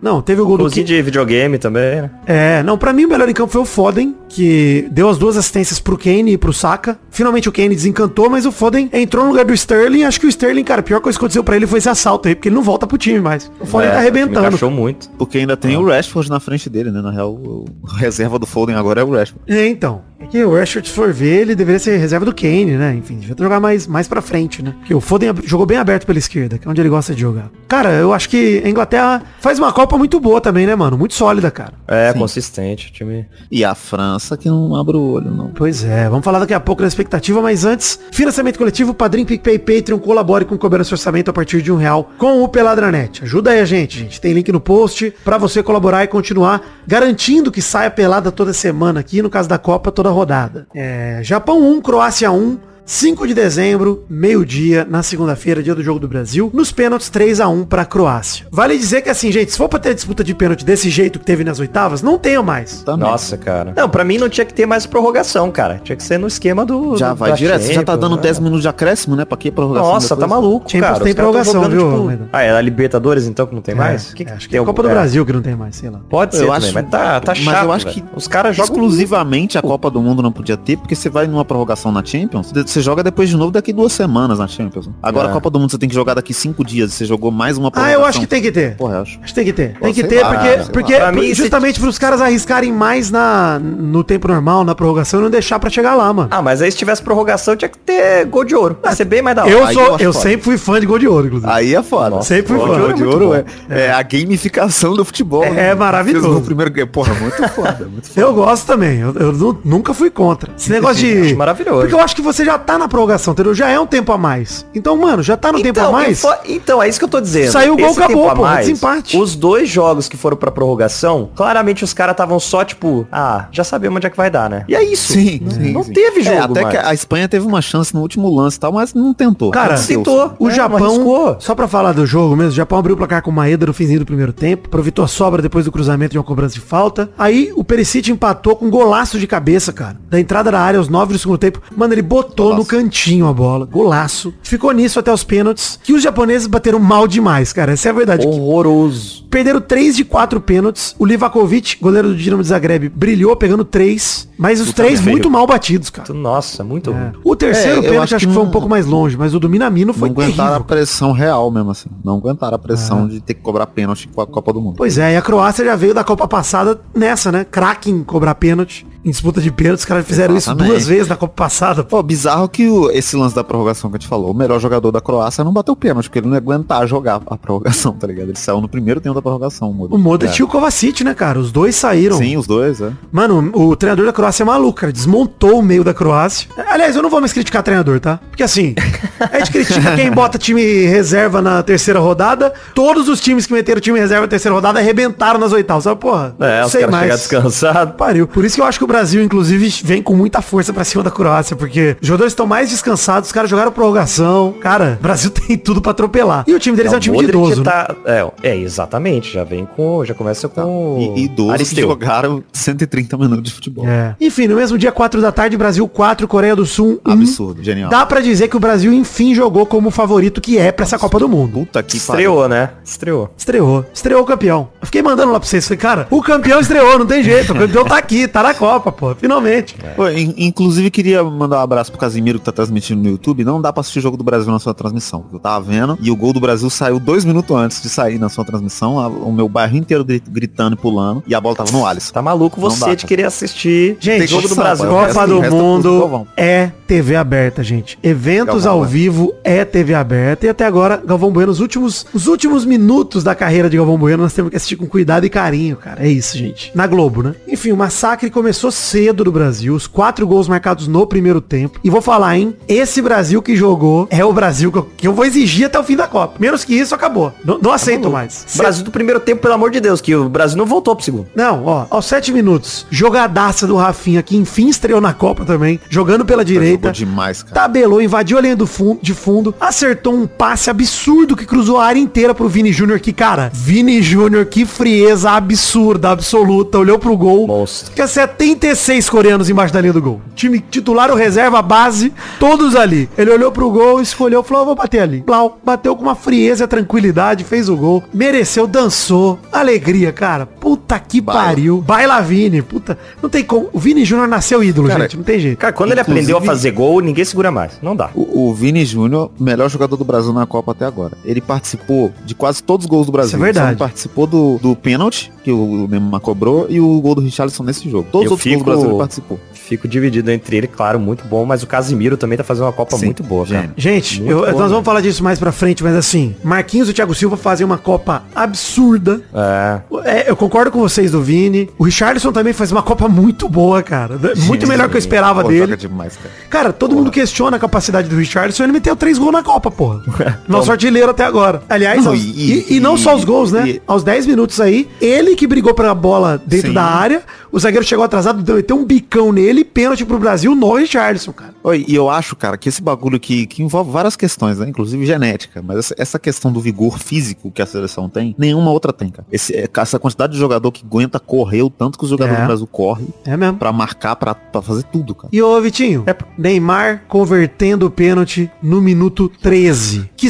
S3: Não, teve o gol do...
S2: Inclusive de videogame também, né?
S3: É, não, pra mim o melhor em campo foi o Foden, que deu as duas assistências pro Kane e pro Saka. Finalmente o Kane desencantou, mas o Foden entrou no lugar do Sterling. Acho que o Sterling, cara, a pior coisa que aconteceu pra ele foi esse assalto aí, porque ele não volta pro time mais. O Foden tá arrebentando.
S2: Achou muito.
S4: Porque ainda
S2: Ah.
S4: tem o Rashford na frente dele, né? Na real, o o reserva do Foden agora é o Rashford.
S3: É, então. É que o Rashford, se for ver, ele deveria ser reserva do Kane, né? Enfim, devia jogar mais, mais pra frente, né? Porque o Foden ab- jogou bem aberto pela esquerda, que é onde ele gosta de jogar. Cara, eu acho que a Inglaterra faz uma Copa muito boa também, né, mano? Muito sólida, cara.
S2: É, consistente. O time.
S4: E a França que não abre o olho, não.
S3: Pois é, vamos falar daqui a pouco da expectativa, mas antes, financiamento coletivo, Padrim, PicPay, Patreon, colabore com cobrança orçamento a partir de um real com o Peladranet. Ajuda aí a gente, gente. Tem link no post pra você colaborar e continuar garantindo que saia pelada toda semana aqui, no caso da Copa, toda rodada. É, Japão 1, Croácia 1. 5 de dezembro, meio-dia, na segunda-feira, dia do Jogo do Brasil, nos pênaltis 3 a 1 pra Croácia. Vale dizer que assim, gente, se for pra ter disputa de pênalti desse jeito que teve nas oitavas, não tenha mais.
S4: Tá merda.
S2: Nossa, cara. Não, pra mim não tinha que ter mais prorrogação, cara. Tinha que ser no esquema do.
S4: Já
S2: do-
S4: vai
S2: da
S4: direto. Você já tá
S2: Champions,
S4: dando
S2: né?
S4: 10 minutos de acréscimo, né? Pra que prorrogação?
S2: Nossa, tá
S4: depois?
S2: maluco,
S3: Champions
S2: cara.
S3: tem
S2: Os caras tão
S3: prorrogação,
S2: jogando,
S3: viu,
S2: tipo-
S3: Almeida?
S2: Ah, é a Libertadores então que não tem mais?
S3: É,
S2: O que que
S3: acho que
S2: tem
S3: é a Copa do
S2: algum- é.
S3: Brasil que não tem mais, sei lá.
S2: Pode ser
S4: Eu
S2: também,
S4: acho-
S2: mas tá, tá chato.
S4: mas eu acho
S2: velho.
S4: que
S2: os caras jogam
S4: Exclusivamente a Copa do Mundo não podia ter, porque você vai numa prorrogação na Champions, de- você joga depois de novo daqui duas semanas na Champions. Agora
S2: É.
S4: a Copa do Mundo você tem que jogar daqui cinco dias, e você jogou mais uma
S3: Ah,
S4: prorrogação.
S3: eu acho que tem que ter.
S4: Porra, eu acho.
S3: Acho que tem que ter.
S4: Pô,
S3: Tem que
S4: sei
S3: ter
S4: lá,
S3: porque,
S4: cara, sei lá.
S3: porque
S2: Pra mim,
S3: por-
S2: se-
S3: justamente pros caras arriscarem mais na, no tempo normal, na prorrogação, e não deixar pra chegar lá, mano.
S2: Ah, mas aí se tivesse prorrogação, tinha que ter gol de ouro. Vai ser bem mais da hora.
S3: eu
S4: aí
S3: sou,
S4: eu
S3: eu,
S4: acho foda.
S3: sempre fui fã de gol de ouro, inclusive.
S4: Aí é foda.
S2: Nossa,
S3: sempre
S4: Pô,
S3: fui fã.
S4: Gol de ouro é, é a gamificação do futebol.
S3: É-
S4: né?
S3: é maravilhoso.
S4: Fez o primeiro game. Porra, muito foda, muito foda.
S3: Eu gosto também, eu, eu nu- nunca fui contra. Esse negócio de.
S2: Acho maravilhoso.
S3: Porque eu acho que você já tá na prorrogação, entendeu? Já é um tempo a mais. Então, mano, já tá no tempo a mais.
S2: info- então, é isso que eu tô dizendo.
S3: Saiu o gol,
S2: Esse
S3: acabou,
S2: tempo a
S3: pô,
S2: mais,
S3: desempate.
S2: Os dois jogos que foram pra prorrogação, claramente os caras estavam só, tipo, ah, já sabemos onde é que vai dar, né? E é isso.
S4: Sim,
S2: não,
S4: sim,
S2: não
S4: sim.
S2: teve jogo,
S4: É, até que
S2: mais.
S4: a Espanha teve uma chance no último lance e tal, mas não tentou. assim.
S3: Cara,
S4: Não deu.
S2: tentou.
S3: O
S2: É, não
S3: Japão,
S2: arriscou.
S3: só pra falar do jogo mesmo, o Japão abriu o placar com o Maeda no finzinho do primeiro tempo, aproveitou a sobra depois do cruzamento de uma cobrança de falta. Aí o Perisic empatou com um golaço de cabeça, cara, da entrada da área aos nove do segundo tempo. Mano, ele botou Colocou no cantinho a bola. Golaço. Ficou nisso até os pênaltis. Que os japoneses bateram mal demais, cara. Essa é a verdade.
S4: Oh.
S2: Horroroso.
S3: Perderam 3 de 4 pênaltis. O Livakovic, goleiro do Dinamo de Zagreb, brilhou pegando 3. Mas os três
S2: feio.
S3: muito mal batidos, cara.
S2: Nossa, muito ruim.
S3: O terceiro
S4: É, eu
S3: pênalti
S4: acho
S3: acho que,
S4: que
S3: foi um
S4: não-
S3: pouco mais longe, mas o do Minamino
S4: Não
S3: foi
S4: aguentaram
S3: terrível. É.
S4: a pressão real mesmo, assim. Não aguentaram a pressão de ter que cobrar pênalti com a Copa do Mundo.
S3: Pois é, e a Croácia já veio da Copa passada nessa, né? Kraken cobrar pênalti. Em disputa de pênalti, os caras fizeram isso
S4: Exatamente.
S3: duas vezes na Copa passada. Pô,
S4: Pô, bizarro que o- esse lance da prorrogação que a gente falou, o melhor jogador da Croácia não bateu pênalti, porque ele não ia aguentar jogar a prorrogação, tá ligado? Ele saiu no primeiro tempo da prorrogação, o Modric.
S3: o
S2: É.
S3: Modric e o Kovacic, né, cara? Os dois saíram.
S4: Sim, os dois, é.
S3: Mano, o treinador da Croácia é maluco, cara. Desmontou o meio da Croácia. Aliás, eu não vou mais criticar treinador, tá? Porque assim, a gente critica
S2: <laughs>
S3: quem bota time reserva na terceira rodada. Todos os times que meteram time reserva na terceira rodada arrebentaram nas oitavas. Sabe, porra?
S2: É, os caras chegaram descansados.
S3: Pariu. Por isso que eu acho que o Brasil, inclusive, vem com muita força pra cima da Croácia, porque os jogadores estão mais descansados, os caras jogaram prorrogação. Cara, o Brasil <laughs> tem tudo pra atropelar. E o time deles é um
S2: o
S3: time de
S2: Modric
S3: idoso. né?
S2: tá- é, é, exatamente. Já vem com. Já começa com.
S4: Tá. E, e 12
S2: Aristeu.
S4: jogaram 130 minutos de futebol.
S3: Então, É. Enfim, no mesmo dia, 4 da tarde, Brasil 4, Coreia do Sul 1.
S4: Absurdo, genial.
S3: Dá pra dizer que o Brasil, enfim, jogou como favorito que é pra essa Copa do Mundo.
S4: Puta que pariu.
S2: Estreou, né? Estreou.
S3: Estreou. Estreou o campeão. Eu fiquei mandando lá pra vocês. Falei, cara, o campeão estreou, não tem jeito. O campeão tá aqui, tá na Copa, pô. Finalmente.
S4: Pô, in- Inclusive, queria mandar um abraço pro Casimiro que tá transmitindo no YouTube. Não dá pra assistir o jogo do Brasil na sua transmissão. Eu tava vendo. E o gol do Brasil saiu dois minutos antes de sair na sua transmissão. a- O meu bairro inteiro gri- gritando e pulando. E a bola tava no Alisson.
S2: Tá maluco
S4: Não
S2: você
S4: dá,
S2: de
S4: cara.
S2: querer assistir.
S3: Gente,
S4: jogo do
S3: essa
S4: Brasil,
S3: Copa
S4: resta-
S3: do
S4: resta pro
S3: Mundo
S4: Galvão.
S3: é TV aberta, gente. Eventos
S4: Galvão,
S3: ao
S4: né?
S3: vivo é TV aberta. E até agora, Galvão Bueno, os últimos, os últimos minutos da carreira de Galvão Bueno, nós temos que assistir com cuidado e carinho, cara. É isso, gente. Na Globo, né? Enfim, o massacre começou cedo do Brasil. Os quatro gols marcados no primeiro tempo. E vou falar, hein? Esse Brasil que jogou é o Brasil que eu, que eu vou exigir até o fim da Copa. Menos que isso, acabou. Não, não aceito mais.
S2: Cê- Brasil do primeiro tempo, pelo amor de Deus, que o Brasil não voltou pro segundo.
S3: Não, ó, aos sete minutos, jogadaça do Rafinha, que enfim estreou na Copa também, jogando pela direita.
S4: Jogou demais, cara. Tá.
S3: Tabelou, invadiu a linha do fundo, de fundo, acertou um passe absurdo que cruzou a área inteira pro Vini Júnior, que, cara, Vini Júnior, que frieza absurda, absoluta, olhou pro gol.
S2: Monstro.
S3: Fica 76 coreanos embaixo da linha do gol. Time titular, o reserva, a base, todos ali. Ele olhou pro gol, escolheu, falou, "Eu vou bater ali. Blau, bateu com uma frieza, e tranquilidade, fez o gol, mereceu, dançou, alegria, cara. Puta que
S4: Baila.
S3: pariu. Baila Vini, puta. Não tem como. O Vini Júnior nasceu ídolo,
S4: Cara,
S3: gente, não tem jeito.
S2: Cara, quando
S4: Inclusive-
S2: ele aprendeu a fazer gol, ninguém segura mais. Não dá.
S4: O, o Vini Júnior, melhor jogador do Brasil na Copa até agora. Ele participou de quase todos os gols do Brasil.
S3: Isso é verdade.
S4: Só não participou do, do pênalti, que o Neymar cobrou, e o gol do Richarlison nesse jogo. Todos
S2: Eu
S4: os outros gols
S2: fico-
S4: do Brasil ele participou.
S2: Fico dividido entre ele, claro, muito bom, mas o Casimiro também tá fazendo uma Copa
S4: Sim,
S2: muito boa, cara.
S4: gênio.
S3: Gente,
S2: Muito
S3: eu-
S2: bom,
S3: nós
S2: né?
S3: vamos falar disso mais pra frente, mas assim, Marquinhos e o Thiago Silva fazem uma Copa absurda.
S2: É.
S3: É, eu concordo com vocês do Vini. O Richardson também faz uma Copa muito boa, cara. Muito melhor que eu esperava
S4: Pô,
S3: dele.
S4: joga demais, cara.
S3: Cara, todo mundo questiona a capacidade do Richardson. Ele meteu três gols na
S4: <laughs>
S3: Copa, porra. Nosso artilheiro até agora. Aliás,
S4: É, então- Não,
S3: aos- e,
S4: e-
S3: e não só os
S4: e-
S3: gols, né?
S4: e-
S3: aos 10 minutos aí, ele que brigou pra bola dentro
S4: Sim.
S3: da área. O zagueiro chegou atrasado, deu meteu um bicão nele. Pênalti pro Brasil no Richardson, cara.
S4: Oi, e eu acho, cara, que esse bagulho que, que envolve várias questões, né? Inclusive genética. Mas essa, essa questão do vigor físico que a seleção tem, nenhuma outra tem, cara. Esse- essa quantidade de jogador que aguenta correr o tanto que os jogadores
S3: É.
S4: do Brasil correm
S3: É mesmo.
S4: pra marcar, pra, pra fazer tudo, cara.
S3: E ô Vitinho,
S4: É.
S3: Neymar convertendo o pênalti no minuto 13. Que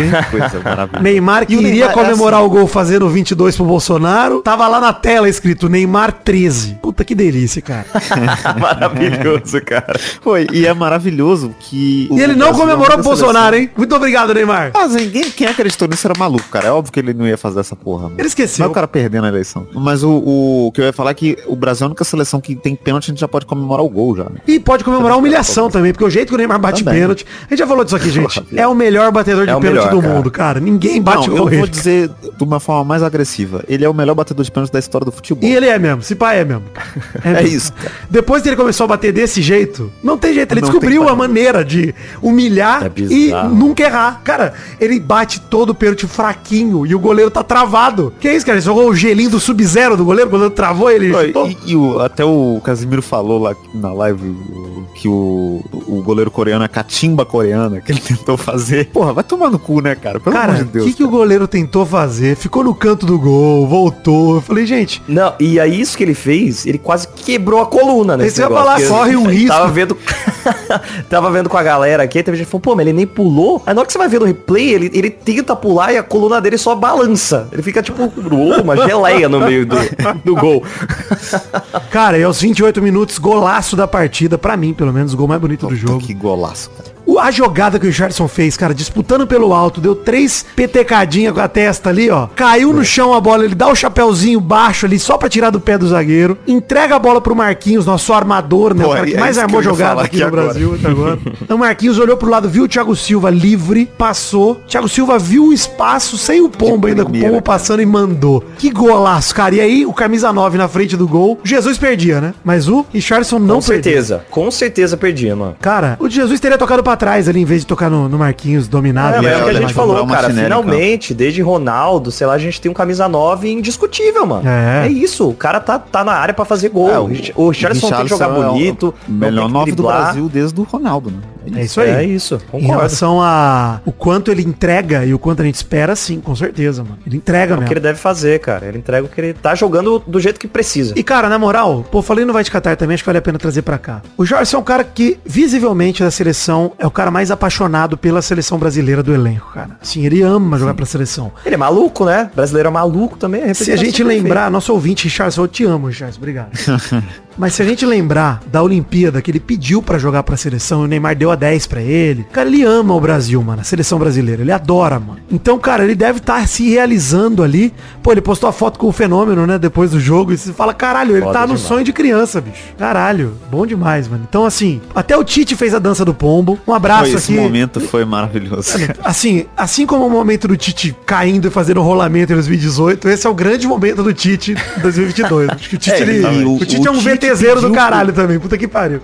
S4: <laughs>
S3: hein?
S4: Coisa
S2: <laughs>
S4: maravilhosa.
S3: Neymar que
S4: E o
S3: iria
S4: Neymar é
S3: comemorar o gol fazendo 22 pro Bolsonaro, tava lá na tela escrito Neymar 13. Puta que delícia, cara.
S2: É Maravilhoso, cara.
S4: Foi, e é maravilhoso que.
S3: E ele
S4: é
S3: não comemorou pro Bolsonaro,
S4: hein?
S3: hein? Muito obrigado, Neymar.
S4: Ah, Mas ninguém, quem acreditou nisso era maluco, cara. É óbvio que ele não ia fazer essa porra. Mano.
S3: Ele esqueceu.
S4: Mas o cara perdendo a eleição. Mas o, o- o que eu ia falar é que o Brasil é a única seleção que tem pênalti, a gente já pode comemorar o gol já. né?
S3: E pode comemorar a humilhação também, porque o jeito que o Neymar bate
S4: Tá Também. né?
S3: pênalti. A gente já falou disso
S4: <laughs>
S3: aqui, gente. É o melhor batedor de
S2: É o
S3: pênalti
S2: melhor,
S3: do
S2: cara.
S3: mundo, cara. Ninguém bate
S4: não,
S3: o
S4: eu vou
S3: ele.
S4: dizer de uma forma mais agressiva. Ele é o melhor batedor de pênalti da história do futebol.
S3: E ele é mesmo, se pá
S4: <laughs>
S3: é mesmo.
S4: É
S3: mesmo.
S4: isso, cara.
S3: Depois que ele começou a bater desse jeito, não tem jeito. Ele
S4: Não
S3: descobriu
S4: tem
S3: a
S4: como.
S3: maneira de humilhar
S2: É
S3: e
S2: bizarro.
S3: nunca errar. Cara, ele bate todo o pênalti fraquinho e o goleiro tá travado. Que isso, cara? Ele jogou o gelinho do sub-zero do goleiro, o goleiro travou ele
S4: Oi,
S3: chutou.
S4: E, e o- até o Casimiro falou lá na live o- que o, o goleiro coreano é catimba coreana que ele tentou fazer. Porra, vai tomar no cu, né, cara? Pelo
S3: Cara,
S4: amor de
S3: o
S4: Deus.
S3: que, que o goleiro tentou fazer? Ficou no canto do gol, voltou. Eu falei, gente,
S2: Não, e aí isso que ele fez, ele quase quebrou a coluna nesse
S3: Esse eu ia
S2: negócio,
S3: falar,
S2: porque
S3: corre um risco.
S2: Tava vendo, <laughs> tava vendo com a galera aqui, teve gente que falou, pô, mas ele nem pulou. Aí na hora que você vai ver no replay, ele, ele tenta pular e a coluna dele só balança. Ele fica
S4: <laughs>
S2: tipo uou, uma geleia no meio do, do gol.
S3: cara, e aos 28 minutos, golaço da partida, pra mim, pelo menos, o gol mais bonito do
S4: Puta,
S3: jogo.
S4: Que golaço, cara.
S3: O- A jogada que o Richardson fez, cara, disputando pelo alto, deu três petecadinhas com a testa ali, ó. Caiu
S4: É.
S3: no chão a bola, ele dá o chapéuzinho baixo ali só pra tirar do pé do zagueiro. Entrega a bola pro Marquinhos, nosso armador, né?
S4: Pô,
S3: o cara que
S4: é
S3: mais
S4: isso que
S3: armou
S4: eu ia
S3: jogada
S4: falar
S3: aqui
S4: aqui
S3: no
S4: agora.
S3: Brasil até agora. Então o Marquinhos olhou pro lado, viu o Thiago Silva livre, passou. Thiago Silva viu o espaço sem o pombo ainda, com o
S4: primeira,
S3: pombo passando e mandou. Que golaço, cara. E aí o camisa 9 na frente do gol. Jesus perdia, né? Mas o Richardson não
S2: com
S3: perdia.
S2: certeza, com certeza perdia, mano.
S3: Cara, o Jesus teria tocado pra trás ali, em vez de tocar no, no Marquinhos dominado.
S2: É, mas é
S4: Ele
S3: né?
S2: o que a
S4: era
S2: gente
S4: mais
S2: falou,
S4: um
S2: cara.
S4: Martinelli,
S2: Finalmente, desde Ronaldo, sei lá, a gente tem um camisa 9 indiscutível, mano.
S3: É.
S2: É, isso. O cara tá, tá na área pra fazer gol.
S4: É,
S2: o, Rich- o Richarlison tem que jogar
S4: Richarlison é o
S2: bonito. não
S4: Melhor
S2: tem que
S4: nove do
S2: driblar.
S4: Brasil desde o Ronaldo, né?
S3: É isso aí.
S2: É isso.
S3: Em
S2: Concordo.
S3: relação a o quanto ele entrega e o quanto a gente espera, sim, com certeza, mano. Ele
S2: É
S3: entrega
S2: o que
S3: mesmo.
S2: ele deve fazer, cara. Ele entrega o que ele tá jogando do jeito que precisa.
S3: E, cara, na moral, pô, falei no Vai de Catar também, acho que vale a pena trazer pra cá. O Jorge é um cara que, visivelmente, da seleção, é o cara mais apaixonado pela seleção brasileira do elenco, cara. Sim, ele ama jogar pra seleção.
S2: Ele é maluco, né? Brasileiro é maluco também. é
S3: Se a gente
S2: representação
S3: lembrar, nosso ouvinte, Richardson, eu te amo, Richardson,
S4: <laughs>
S3: obrigado. Mas se a gente lembrar da Olimpíada que ele pediu pra jogar pra seleção e o Neymar deu a 10 pra ele, cara, ele ama o Brasil, mano, a seleção brasileira, ele adora, mano. Então, cara, ele deve estar se realizando ali. Pô, ele postou a foto com o Fenômeno, né, depois do jogo, e você fala, caralho, ele
S2: Foda
S3: tá no
S2: demais.
S3: sonho de criança, bicho. Caralho, bom demais, mano. Então, assim, até o Tite fez a dança do pombo. Um abraço
S4: Foi, esse
S3: aqui.
S4: momento foi maravilhoso. cara.
S3: Assim, assim como o momento do Tite caindo e fazendo rolamento em 2018, esse é o grande momento do Tite em 2022. Acho que o Tite,
S4: É,
S3: ele-
S4: e
S3: o,
S4: o-
S3: Tite é um
S4: o Tite
S3: VTZero do
S4: pediu
S3: caralho também. Puta que pariu.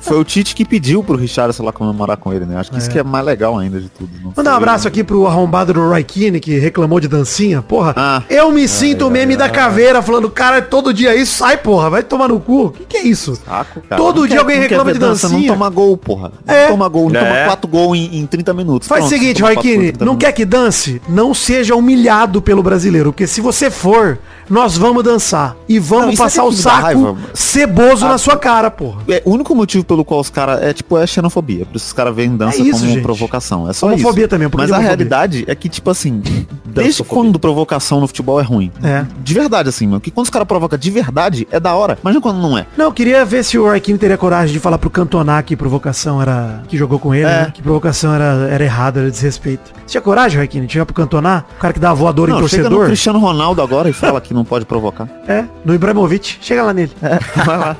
S4: Foi o Tite que pediu pro Richarlison lá comemorar com ele, né? Acho que isso que é mais legal ainda de tudo. não
S3: Mandar um
S4: foi-
S3: abraço aqui pro arrombado do Roy Keane, que reclamou de dancinha. Porra,
S4: Ah.
S3: eu me sinto o meme da caveira falando, cara, todo dia isso, sai, porra, vai tomar no cu. O que, que é isso?
S4: Saco, cara. um é-
S3: Todo
S4: Não
S3: dia
S4: quer-
S3: alguém
S4: não quer
S3: reclama
S4: ver
S3: de
S4: Não
S3: dancinha.
S4: toma gol, porra. Não
S3: É.
S4: toma gol, não
S2: É.
S4: toma quatro gols em, em 30 minutos.
S3: Faz o
S4: Pronto,
S3: seguinte,
S4: toma quatro gols em
S3: Raikini,
S4: 30
S3: não
S4: minutos.
S3: quer que dance? Não seja humilhado pelo brasileiro, porque se você for, nós vamos dançar e vamos
S4: Não, isso é
S3: passar o
S4: que me dá
S3: saco
S4: raiva. Ah,
S3: ceboso na sua cara, porra.
S4: É, o único motivo pelo qual os caras. É tipo, é xenofobia. Por isso os caras veem dança
S3: É isso,
S4: como
S3: gente.
S4: provocação. É só
S3: Homofobia
S4: isso.
S3: também, por que
S4: Mas
S3: de
S4: a
S3: homofobia?
S4: realidade é que, tipo
S3: <laughs>
S4: assim, desde
S2: Dançofobia.
S4: quando provocação no futebol é ruim?
S3: É.
S4: De verdade, assim, mano. Porque quando os caras provocam de verdade, é da hora. Imagina quando não é.
S3: Não, eu queria ver se o Raikini teria coragem de falar pro Cantona que provocação era. que jogou com ele,
S4: É.
S3: né? Que provocação era, era errada, era desrespeito. Você tinha coragem, Raikini, de chegar pro Cantona? O cara que dá voador em
S4: Não, chega no
S3: torcedor?
S4: Cristiano Ronaldo agora e fala que não pode provocar.
S3: É, no Ibrahimovic. Chega lá nele.
S4: Vai <laughs> lá.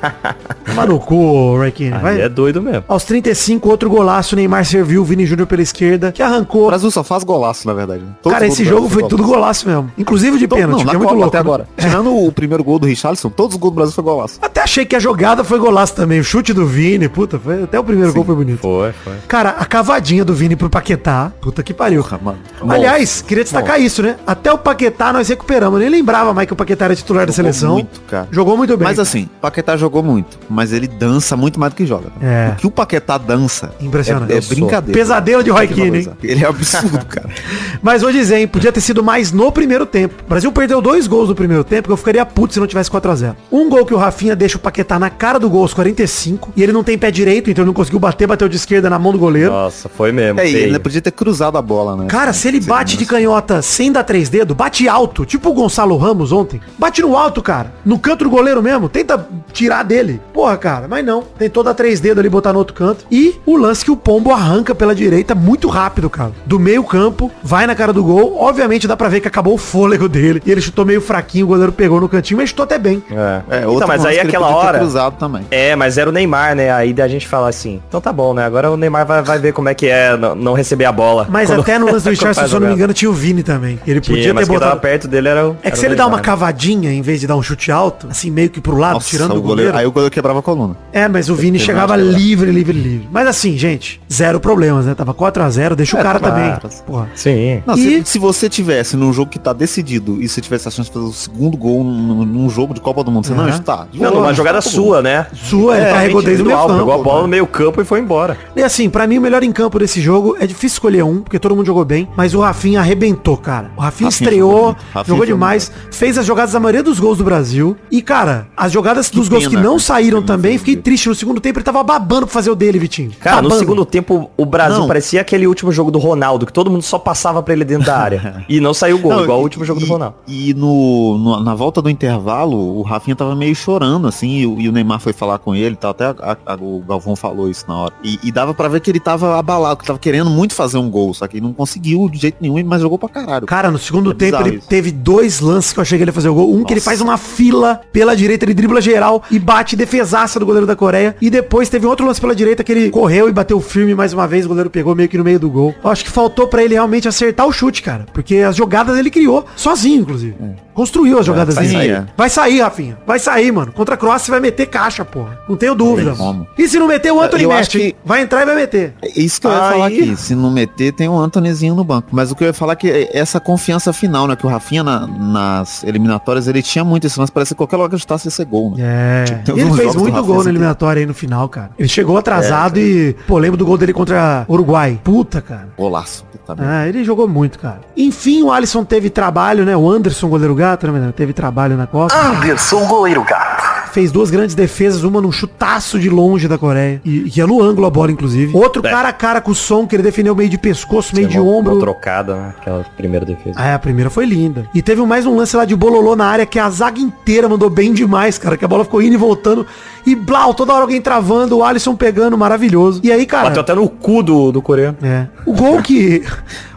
S3: Toma no cu, Raikini.
S2: Aí
S3: Vai.
S2: é doido mesmo.
S3: Aos 35, outro golaço, Neymar serviu o Vini Júnior pela esquerda, que
S4: O
S3: arrancou
S4: Brasil só faz golaço, na verdade. né? Todos
S3: Cara,
S4: os
S3: esse
S4: gols do
S3: jogo
S4: Brasil
S3: foi tudo golaço mesmo. Inclusive de
S4: Todo-
S3: pênalti,
S4: Não,
S3: que
S4: na
S3: é muito
S4: Copa
S3: louco.
S4: até
S3: né? <laughs>
S4: agora. Tirando o primeiro gol do Richarlison, todos os gols do Brasil foi golaço.
S3: Até achei que a jogada foi golaço também. O chute do Vini, puta, foi- até o primeiro gol foi bonito.
S2: Foi, foi.
S3: Cara, a cavadinha do Vini pro Paquetá, puta que pariu.
S4: Porra, mano. tá
S3: Aliás, queria destacar isso, né? Até o Paquetá nós recuperamos. Nem lembrava mais que o Paquetá era titular da
S4: Jogou
S3: seleção.
S4: muito, cara.
S3: Jogou muito bem.
S4: Mas assim, o Paquetá jogou muito, mas ele dança muito mais do que joga.
S3: É.
S4: O que o Paquetá dança
S3: Impressionante.
S4: é, é
S3: Eu sou.
S4: brincadeira.
S3: Pesadelo de Roy
S4: Tem que
S3: Keane, hein?
S4: valorizar. Ele é absurdo,
S2: <laughs>
S4: cara.
S3: Mas vou dizer, hein, podia ter sido mais no primeiro tempo. O Brasil perdeu dois gols no primeiro tempo, que eu ficaria puto se não tivesse 4x0. Um gol que o Rafinha deixa o Paquetá na cara do gol aos 45, e ele não tem pé direito, então ele não conseguiu bater, bateu de esquerda na mão do goleiro.
S2: Nossa, foi mesmo.
S4: É, e
S2: feio.
S4: ele podia ter cruzado a bola, né?
S3: Cara, se ele
S4: Sim,
S3: bate de
S4: mas-
S3: canhota sem dar três dedos, bate alto, tipo o Gonçalo Ramos ontem. Bate no alto, cara. No canto do goleiro mesmo. Tenta tirar dele. Porra, cara. Mas não. Tentou dar três dedos ali, botar no outro canto. E o lance que o Pombo arranca pela direita muito rápido, cara. Do meio campo, vai na cara do gol. Obviamente dá pra ver que acabou o fôlego dele. E ele chutou meio fraquinho, o goleiro pegou no cantinho, mas chutou até bem.
S2: É.
S4: É,
S2: Então,
S4: outro
S2: mas
S4: lance
S2: aí
S4: que ele
S2: aquela
S4: podia ter
S2: hora.
S4: cruzado também.
S2: É, mas era o Neymar, né? Aí a gente fala assim, então tá bom, né? Agora o Neymar vai, vai ver como é que é não, não receber a bola.
S3: Mas
S2: Quando-
S3: até no lance do
S2: <laughs> quando
S3: Richardson,
S2: faz
S3: se eu não me
S2: jogada.
S3: engano, tinha o Vini também. Ele
S2: Tinha,
S3: podia ter
S2: mas quem tava
S3: botado...
S2: perto dele era o.
S3: É
S2: era
S3: que
S2: o
S3: se ele dá uma
S2: Neymar.
S3: cavadinha em vez de dar um chute alto, assim meio que pro lado,
S4: Nossa,
S3: tirando
S4: o goleiro. Aí o goleiro quebrava a coluna.
S3: É, mas o Vini
S4: Tem
S3: chegava
S4: mais que
S3: livre, livre, livre. Mas assim, gente, zero problemas, né? Tava 4x0, deixa o
S4: É,
S3: cara
S4: claro.
S3: também. Porra.
S2: né? Sim.
S4: Não,
S3: E-
S4: se, se você tivesse num jogo que tá decidido e você tivesse a chance de fazer o segundo gol num, num jogo de Copa do Mundo, você não
S3: Aham.
S4: está.
S2: Não, numa jogada sua, né?
S3: Sua,
S4: É,
S3: ele carregou desde o meio
S2: individual, Pegou a
S3: campo. né?
S2: bola no meio campo e foi embora.
S3: E assim, pra mim o melhor em campo desse jogo é difícil escolher um, porque todo mundo jogou bem, mas o Rafinha arrebentou, cara. O
S4: Rafinha
S3: Rafinha estreou,
S4: jogou muito. Rafinha
S3: jogou
S4: jogou
S3: demais, fez as jogadas da maioria dos gols do Brasil. E, cara, as jogadas dos gols que
S4: pena,
S3: não
S4: cara,
S3: saíram
S4: que
S3: também,
S4: não
S3: fiquei triste. No segundo tempo ele tava babando pra fazer o dele, Vitinho.
S2: Cara, no
S3: Babando.
S2: segundo tempo, o Brasil
S4: Não.
S2: parecia aquele último jogo do Ronaldo, que todo mundo só passava pra ele dentro da
S3: <laughs>
S2: área. e não saiu gol,
S4: Não,
S2: igual
S4: e-
S2: o último jogo
S4: e-
S2: do Ronaldo.
S4: E no, no- na volta do intervalo, o Rafinha tava meio chorando, assim, e, o- e o Neymar foi falar com ele, tá, até a- a- o Galvão falou isso na hora. E, e dava pra ver que ele tava abalado, que tava querendo muito fazer um gol, só que ele não conseguiu de jeito nenhum, mas jogou pra caralho.
S3: Cara, no segundo
S4: É
S3: tempo
S4: bizarro
S3: ele
S4: isso.
S3: teve dois lances que eu achei que ele ia fazer o gol. Um que ele
S4: Nossa.
S3: faz uma fila pela direita, ele dribla geral e bate defesaça do goleiro da Coreia. E depois teve um outro lance pela direita que ele correu e bateu firme mais uma vez, o goleiro pegou meio que no meio do gol. Eu acho que faltou pra ele realmente acertar o chute, cara. Porque as jogadas ele criou sozinho, inclusive. Construiu as jogadas
S4: vai
S3: dele.
S4: sair, é.
S3: Vai sair, Rafinha. Vai sair, mano. Contra a Croácia você vai meter caixa, porra. Não tenho dúvida.
S4: tem como.
S3: E se não meter, o Anthony
S4: Eu
S3: mete.
S4: acho que-
S3: Vai entrar e vai meter.
S4: É Isso que eu ia
S2: Aí-
S4: falar aqui. Se não meter, tem um Antonizinho no banco. Mas o que eu ia falar é que é essa confiança final, né? Que o Rafinha na- nas eliminatórias, ele tinha muito isso, mas parece que qualquer lugar que ele chutasse ia ser gol, né?
S3: É.
S4: Tipo,
S3: E ele
S4: os
S3: fez
S4: jogos do
S3: muito
S4: Rafinha,
S3: gol na
S4: assim,
S3: eliminatória aí no final, cara. Ele chegou
S5: É,
S3: atrasado e, pô, lembro do gol dele contra Uruguai. Puta, cara.
S4: Golaço. Tá
S2: É,
S4: bem.
S3: Ah, ele jogou muito, cara. Enfim, o Alisson teve trabalho, né? O Anderson, goleiro gato, né? menino? Teve trabalho na Copa.
S5: Anderson Goleiro Gato.
S3: Fez duas grandes defesas, uma num chutaço de longe da Coreia. E que é no ângulo a bola, inclusive. Outro cara a cara com o som, que ele defendeu meio de pescoço,
S5: é
S3: meio de
S2: Uma- uma
S3: ombro.
S2: trocada, né? Aquela primeira defesa.
S3: Ah, a primeira foi linda. E teve mais um lance lá de bololô na área que a zaga inteira mandou bem demais, cara. Que a bola ficou indo e voltando. E blau, toda hora alguém travando, o Alisson pegando, maravilhoso. E aí, cara.
S2: Bateu até no cu do, do coreano.
S3: É. O gol que.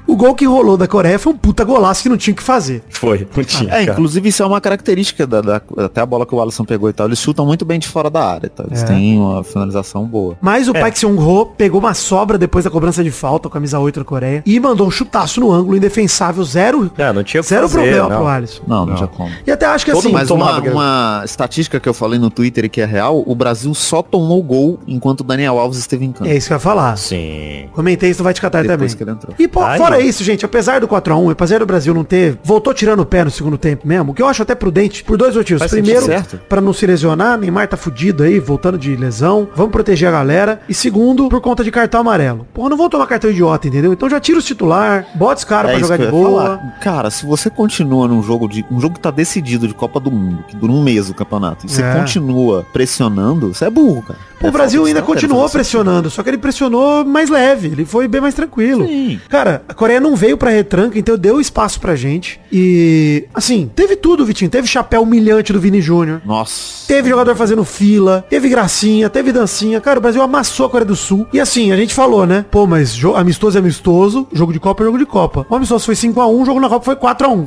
S3: O gol que rolou da Coreia foi um puta golaço que não tinha o que fazer.
S2: Foi,
S3: Ah,
S2: não tinha,
S4: É,
S2: cara.
S4: inclusive isso é uma característica da, da- até a bola que o Alisson pegou e tal. Eles chutam muito bem de fora da área, tá? Eles
S3: É.
S4: têm uma finalização boa.
S3: Mas o
S2: É.
S3: Paik Seung-ho pegou uma sobra depois da cobrança de falta, o camisa 8 da Coreia, e mandou um chutaço no ângulo, indefensável, zero,
S2: É, não tinha o que
S3: zero
S2: fazer,
S3: problema
S2: não.
S3: pro Alisson.
S4: Não, não,
S2: Não.
S4: já como.
S3: E até acho que
S2: Todo né?
S3: assim,
S4: Mas uma,
S2: tomado, cara.
S4: uma estatística que eu falei no Twitter e que é real, o Brasil só tomou gol enquanto o Daniel Alves esteve em campo.
S3: é isso que eu ia falar.
S2: Sim.
S3: Comentei isso, vai te catar também.
S4: Depois que ele entrou.
S3: E pô,
S2: Ai.
S3: fora isso, gente, apesar do 4x1, apesar do Brasil não ter, voltou tirando o pé no segundo tempo mesmo, o que eu acho até prudente, por dois motivos.
S2: Faz
S3: Primeiro,
S4: sentido, certo.
S3: pra não se lesionar, Neymar tá fudido aí, voltando de lesão, vamos proteger a galera. E segundo, por conta de cartão amarelo. Porra, não vou tomar cartão idiota, entendeu? Então já tira os titular, bota os caras
S4: É
S3: pra
S4: isso
S3: jogar
S4: que
S3: de
S4: eu ia
S3: boa.
S4: falar. Cara, se você continua num jogo de. Um jogo que tá decidido de Copa do Mundo, que dura um mês o campeonato, e você
S3: É.
S4: continua pressionando, você é burro, cara.
S3: O
S4: É
S3: Brasil
S4: falta de
S3: ainda
S4: estratégia,
S3: continuou
S4: você-
S3: pressionando, só que ele pressionou mais leve, ele foi bem mais tranquilo.
S4: Sim.
S3: Cara, a Coreia não veio pra retranca, então deu espaço pra gente. E, assim, teve tudo, Vitinho. Teve chapéu humilhante do Vini Júnior.
S4: Nossa.
S3: Teve jogador fazendo fila, teve gracinha, teve dancinha. Cara, o Brasil amassou a Coreia do Sul. E assim, a gente falou, né? Pô, mas jo- amistoso é amistoso, jogo de Copa é jogo de Copa. O amistoso foi 5x1, o jogo na Copa foi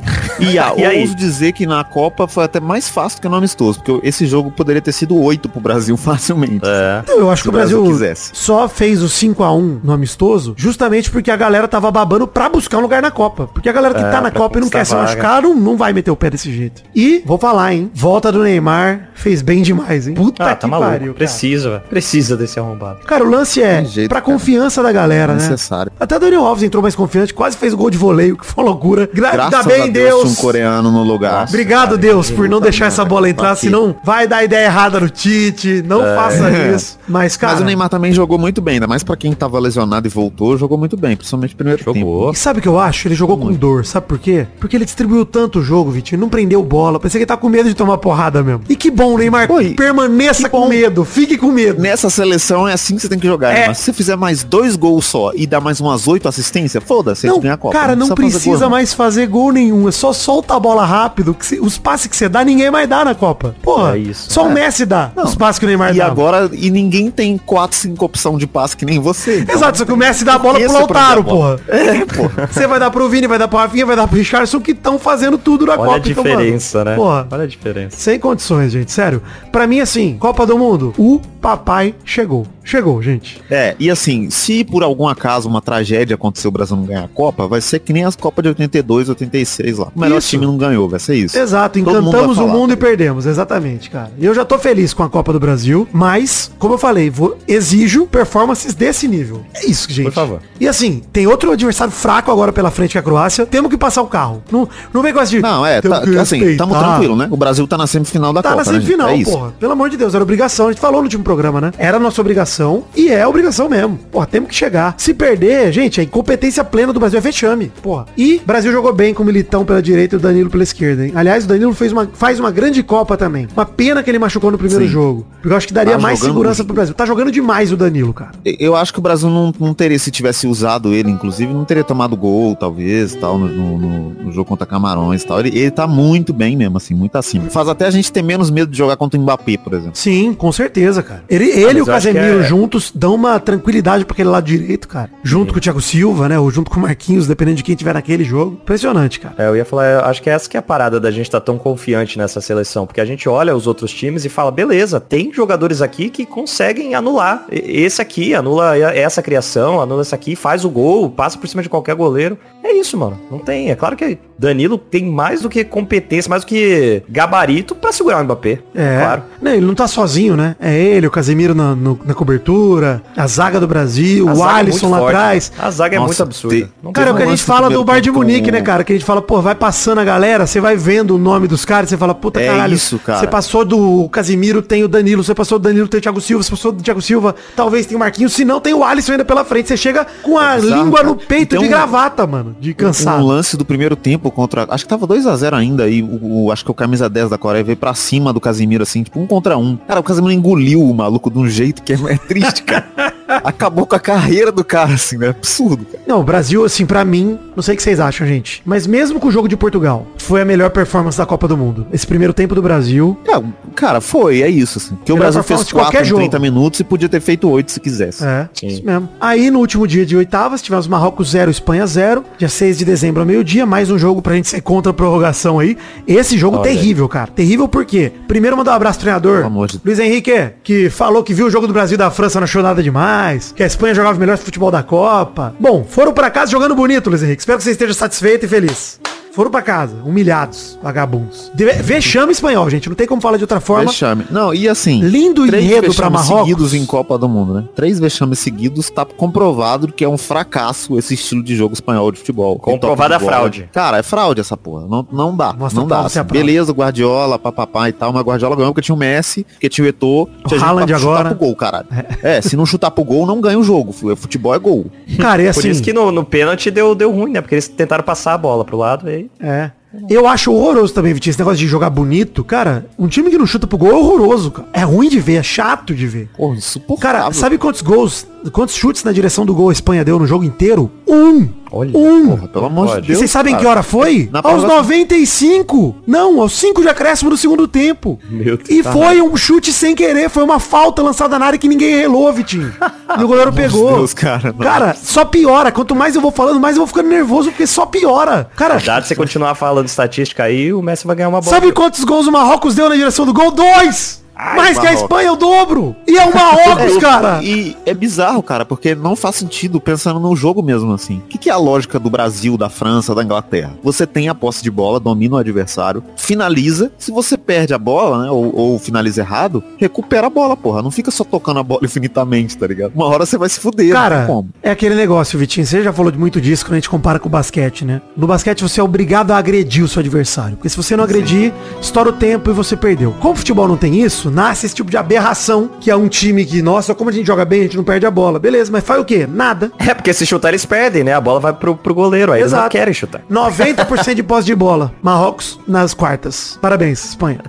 S2: <laughs>
S3: 4x1.
S4: E, a,
S2: E aí?
S4: ouso dizer que na Copa foi até mais fácil do que no amistoso, porque esse jogo poderia ter sido 8 pro Brasil <laughs> facilmente.
S2: É.
S3: Então, eu
S4: Se
S3: acho que o
S4: o Brasil
S3: Brasil,
S4: quisesse.
S3: só fez o 5x1 no amistoso justamente porque a galera tava babando pra buscar um lugar na Copa. Porque a galera que
S2: É,
S3: tá na
S2: pra
S3: Copa e não
S2: conquistar
S3: quer se
S2: a vaga.
S3: machucar não, não vai meter o pé desse jeito. E, vou falar, hein? Volta do Neymar fez bem demais, hein? Puta
S2: Ah, tá maluco.
S3: cara.
S2: Precisa, velho. Precisa desse arrombado.
S3: Cara, o lance é
S4: Tem jeito,
S3: pra
S4: cara.
S3: confiança da galera, né?
S4: Necessário.
S3: Até o Daniel Alves entrou mais confiante, quase fez o gol de voleio, que foi uma loucura. Gra
S4: Graças
S3: Ainda bem,
S4: a Deus,
S3: Deus.
S4: um coreano no lugar.
S3: Obrigado, Deus, por não deixar essa bola entrar,
S4: Batida. É.
S3: senão vai dar ideia errada no Tite, não faça isso. Mas, cara,
S4: Mas o Neymar também jogou muito bem, ainda mais pra quem tava lesionado e voltou, jogou muito bem, principalmente no primeiro tempo.
S2: Jogou.
S3: e sabe o que eu acho? Ele jogou com dor, sabe por quê? Porque ele distribuiu tanto o jogo, Vitinho, não prendeu bola, pensei que ele tá com medo de tomar porrada mesmo. E que bom, Neymar,
S4: Pô, e-
S3: permaneça com medo, fique com medo.
S4: Nessa seleção é assim que você tem que jogar,
S3: É.
S4: mas se você fizer mais dois gols só e dar mais umas oito assistências, foda-se, a
S3: Não,
S4: gente ganha a Copa. né?
S3: cara, não precisa,
S4: fazer gol,
S3: mais fazer gol nenhum. É só solta a bola rápido. que se- os passes que você dá, ninguém mais dá na Copa. Porra,
S2: É isso.
S3: só o Messi dá os passes que o Neymar
S4: não. E
S3: dá.
S4: agora, e ninguém tem quatro, cinco opção de passe que nem você. então.
S3: Exato, só que o Messi dá a bola pro
S4: Esse é o
S3: Lautaro,
S4: problema. É,
S3: porra. <laughs> Você vai dar pro Vini, vai dar pro Rafinha, vai dar pro Richardson, que estão fazendo tudo na
S2: Olha
S3: Copa.
S2: a
S3: então, mano,
S2: diferença, né?
S3: Porra,
S2: Olha a diferença.
S3: sem condições, gente, sério. Pra mim, assim, Copa do Mundo, o papai chegou. Chegou, gente.
S4: É, e assim, se por algum acaso uma tragédia acontecer o Brasil não ganhar a Copa, vai ser que nem as Copas de 82, 86 lá. O melhor
S3: Isso.
S4: time não ganhou, vai ser isso.
S3: Exato,
S4: Todo mundo
S3: encantamos
S4: vai
S3: o
S4: falar,
S3: mundo e
S4: tá ligado?
S3: perdemos, exatamente, cara. E eu já tô feliz com a Copa do Brasil, mas, como eu falei, vou- exijo performances desse nível. É isso, gente.
S2: Por favor.
S3: E assim, tem outro adversário fraco agora pela frente que é a Croácia, temos que passar o carro. Não, não vem com essa de...
S4: Não, é,
S3: "Temos
S4: tá,
S3: que
S4: assim, tamo
S3: respeitar".
S4: tranquilo, né? O Brasil tá na semifinal da
S3: Tá
S4: Copa,
S3: na
S4: né,
S3: semifinal,
S4: gente? é isso.
S3: porra. Pelo amor de Deus, era obrigação. A gente falou no último programa, né? Era nossa obrigação e é obrigação mesmo. Porra, temos que chegar. Se perder, gente, a incompetência plena do Brasil é vexame. Porra. E o Brasil jogou bem com o Militão pela direita e o Danilo pela esquerda, hein? Aliás, o Danilo fez uma, faz uma grande Copa também. Uma pena que ele machucou no primeiro
S4: Sim.
S3: jogo. Porque eu acho que daria
S4: Tá
S3: mais
S4: jogando
S3: segurança
S4: muito.
S3: pro Brasil. Tá jogando demais o Danilo, cara.
S4: Eu acho que o Brasil não, não teria, se tivesse usado ele, inclusive, não teria tomado gol, talvez, tal, no, no- no- no jogo contra Camarões e tal. Ele, ele tá muito bem mesmo, assim, muito acima. Faz até a gente ter menos medo de jogar contra o Mbappé, por exemplo.
S3: Sim, com certeza, cara. Ele,
S4: Ah,
S3: ele e o
S2: eu acho que
S3: Casemiro
S2: é-
S3: juntos dão uma tranquilidade pra aquele lado direito, cara. Junto com o Thiago Silva, né? Ou junto com o Marquinhos, dependendo de quem tiver naquele jogo. Impressionante, cara.
S2: É, eu ia falar, eu acho que essa que é a parada da gente estar tão confiante nessa seleção, porque a gente olha os outros times e fala, beleza, tem jogadores aqui que conseguem anular e- esse aqui, anula e- essa criação, anula essa aqui, faz o gol, passa por cima de qualquer goleiro. É isso, mano. Não tem. É claro que Danilo tem mais do que competência, mais do que gabarito pra segurar o Mbappé.
S3: É.
S2: Claro.
S3: Não, ele não tá sozinho, né? É ele, o Casemiro na, no- na cobertura, a zaga do Brasil,
S2: A
S3: o
S2: zaga é
S3: Alisson
S2: muito
S3: lá
S2: forte,
S3: atrás.
S2: né? A zaga é
S4: Nossa,
S2: muito absurda.
S4: te-
S2: Não tem
S3: Cara, é o que a
S4: um
S3: gente
S4: lance no
S3: fala do
S4: primeiro
S3: Bar de
S4: tempo
S3: Munique,
S4: com-
S3: né, cara? Que a gente fala, pô, vai passando a galera, você vai vendo o nome dos caras, você fala, puta
S4: É
S3: caralho.
S4: isso, cara.
S3: Você passou do Casimiro, tem o Danilo, você passou do Danilo, tem o Thiago Silva, você passou do Thiago Silva, talvez tem o Marquinhos, se não tem o Alisson ainda pela frente. Você chega com a
S4: É bizarro,
S3: língua
S4: cara.
S3: no peito
S4: Então,
S3: de gravata, mano, de
S4: Um
S3: cansado.
S4: lance do primeiro tempo contra. Acho que tava 2 a 0 ainda. E o, o- acho que o camisa 10 da Coreia veio pra cima do Casimiro, assim, tipo, um contra um. Cara, o Casimiro engoliu o maluco de um jeito que é, é triste,
S3: <laughs>
S4: cara. Acabou com a carreira do cara, assim, né? Absurdo, cara.
S3: Não, o Brasil, assim, pra mim, não sei o que vocês acham, gente. Mas mesmo com o jogo de Portugal, foi a melhor performance da Copa do Mundo. Esse primeiro tempo do Brasil.
S4: É, cara, foi, é isso, assim. Porque o
S3: Melhor
S4: Brasil fez
S3: performance de qualquer
S4: 4 em
S3: jogo.
S4: 30 minutos e podia ter feito 8 se quisesse.
S3: É,
S2: Sim.
S3: isso mesmo. Aí no último dia de oitavas, tivemos Marrocos 0, Espanha 0. Dia 6 de dezembro ao meio-dia, mais um jogo pra gente ser contra a prorrogação aí. Esse jogo
S2: Olha aí.
S3: terrível, cara. Terrível por quê? Primeiro mandar um abraço ao treinador.
S4: Pelo amor de-
S3: Luiz Henrique, que falou que viu o jogo do Brasil e da França, não achou nada demais. Que a Espanha jogava o melhor futebol da Copa. Bom, foram pra casa jogando bonito, Luiz Henrique. Espero que você esteja satisfeito e feliz. Foram pra casa, humilhados, vagabundos. De- Vexame espanhol, gente. Não tem como falar de outra forma.
S4: Vexame. Não, e assim.
S3: Lindo enredo pra Marrocos.
S4: seguidos em Copa do Mundo, né? Três vexames seguidos tá comprovado que é um fracasso esse estilo de jogo espanhol de futebol.
S2: Comprovada
S4: Que toca no
S2: fraude.
S4: bola. Cara, é fraude essa porra. Não, não dá.
S3: Mostra
S4: não
S3: pra
S4: dá. assim.
S3: você a prova.
S4: Beleza, Guardiola, papapá e tal. Mas Guardiola ganhou porque tinha o Messi, porque tinha o Eto'o. Tinha gente
S3: Haaland
S4: pra chutar
S3: agora.
S4: pro gol, caralho. É, se não chutar pro gol, não ganha o jogo. Futebol é gol.
S3: Cara, e
S2: Por
S3: assim...
S2: isso que no, no pênalti deu, deu ruim, né? Porque eles tentaram passar a bola pro lado e aí-
S3: É. Eu acho horroroso também, Vitinho, esse negócio de jogar bonito. Cara, um time que não chuta pro gol é horroroso, cara. É ruim de ver, é chato de ver.
S4: Porra, insuportável.
S3: Cara, sabe quantos gols, quantos chutes na direção do gol a Espanha deu no jogo inteiro? Um! um!
S4: Porra, pelo amor de
S2: Pode.
S3: E
S4: Deus.
S3: vocês sabem
S4: cara.
S3: que hora foi?
S4: Na
S3: aos
S4: prorrogação.
S3: 95! Não, aos 5 de acréscimo do segundo tempo.
S2: Meu Deus.
S4: tá
S3: E foi um chute sem querer, foi uma falta lançada na área que ninguém relou, Vitinho. E o goleiro pegou.
S4: Deus, cara, não.
S3: cara, só piora. Quanto mais eu vou falando, mais eu vou ficando nervoso, porque só piora. Cara,
S2: Dá de você continuar falando estatística aí, o Messi vai ganhar uma bola.
S3: Sabe quantos gols o Marrocos deu na direção do gol? Dois! Mais que a
S4: Marrocos.
S3: Espanha, é o dobro! E é
S4: <laughs>
S3: o Marrocos,
S4: É,
S3: cara!
S4: E é bizarro, cara, porque não faz sentido pensando no jogo mesmo, assim. O que, que é a lógica do Brasil, da França, da Inglaterra? Você tem a posse de bola, domina o adversário, finaliza. Se você perde a bola, né, ou, ou finaliza errado, recupera a bola, porra. Não fica só tocando a bola <laughs> infinitamente, tá ligado? Uma hora você vai se fuder, não
S3: Cara,
S4: tem como.
S3: é aquele negócio, Vitinho. Você já falou de muito disso quando a gente compara com o basquete, né? No basquete você é obrigado a agredir o seu adversário. Porque se você não agredir, estoura o tempo e você perdeu. Como o futebol não tem isso, nasce esse tipo de aberração, que é um time que, nossa, como a gente joga bem, a gente não perde a bola. Beleza, mas faz o quê? Nada.
S2: É, porque se chutar eles perdem, né? A bola vai pro, pro goleiro, aí eles não
S3: Exato.
S2: querem chutar.
S3: 90% de posse de bola. Marrocos nas quartas. Parabéns, Espanha.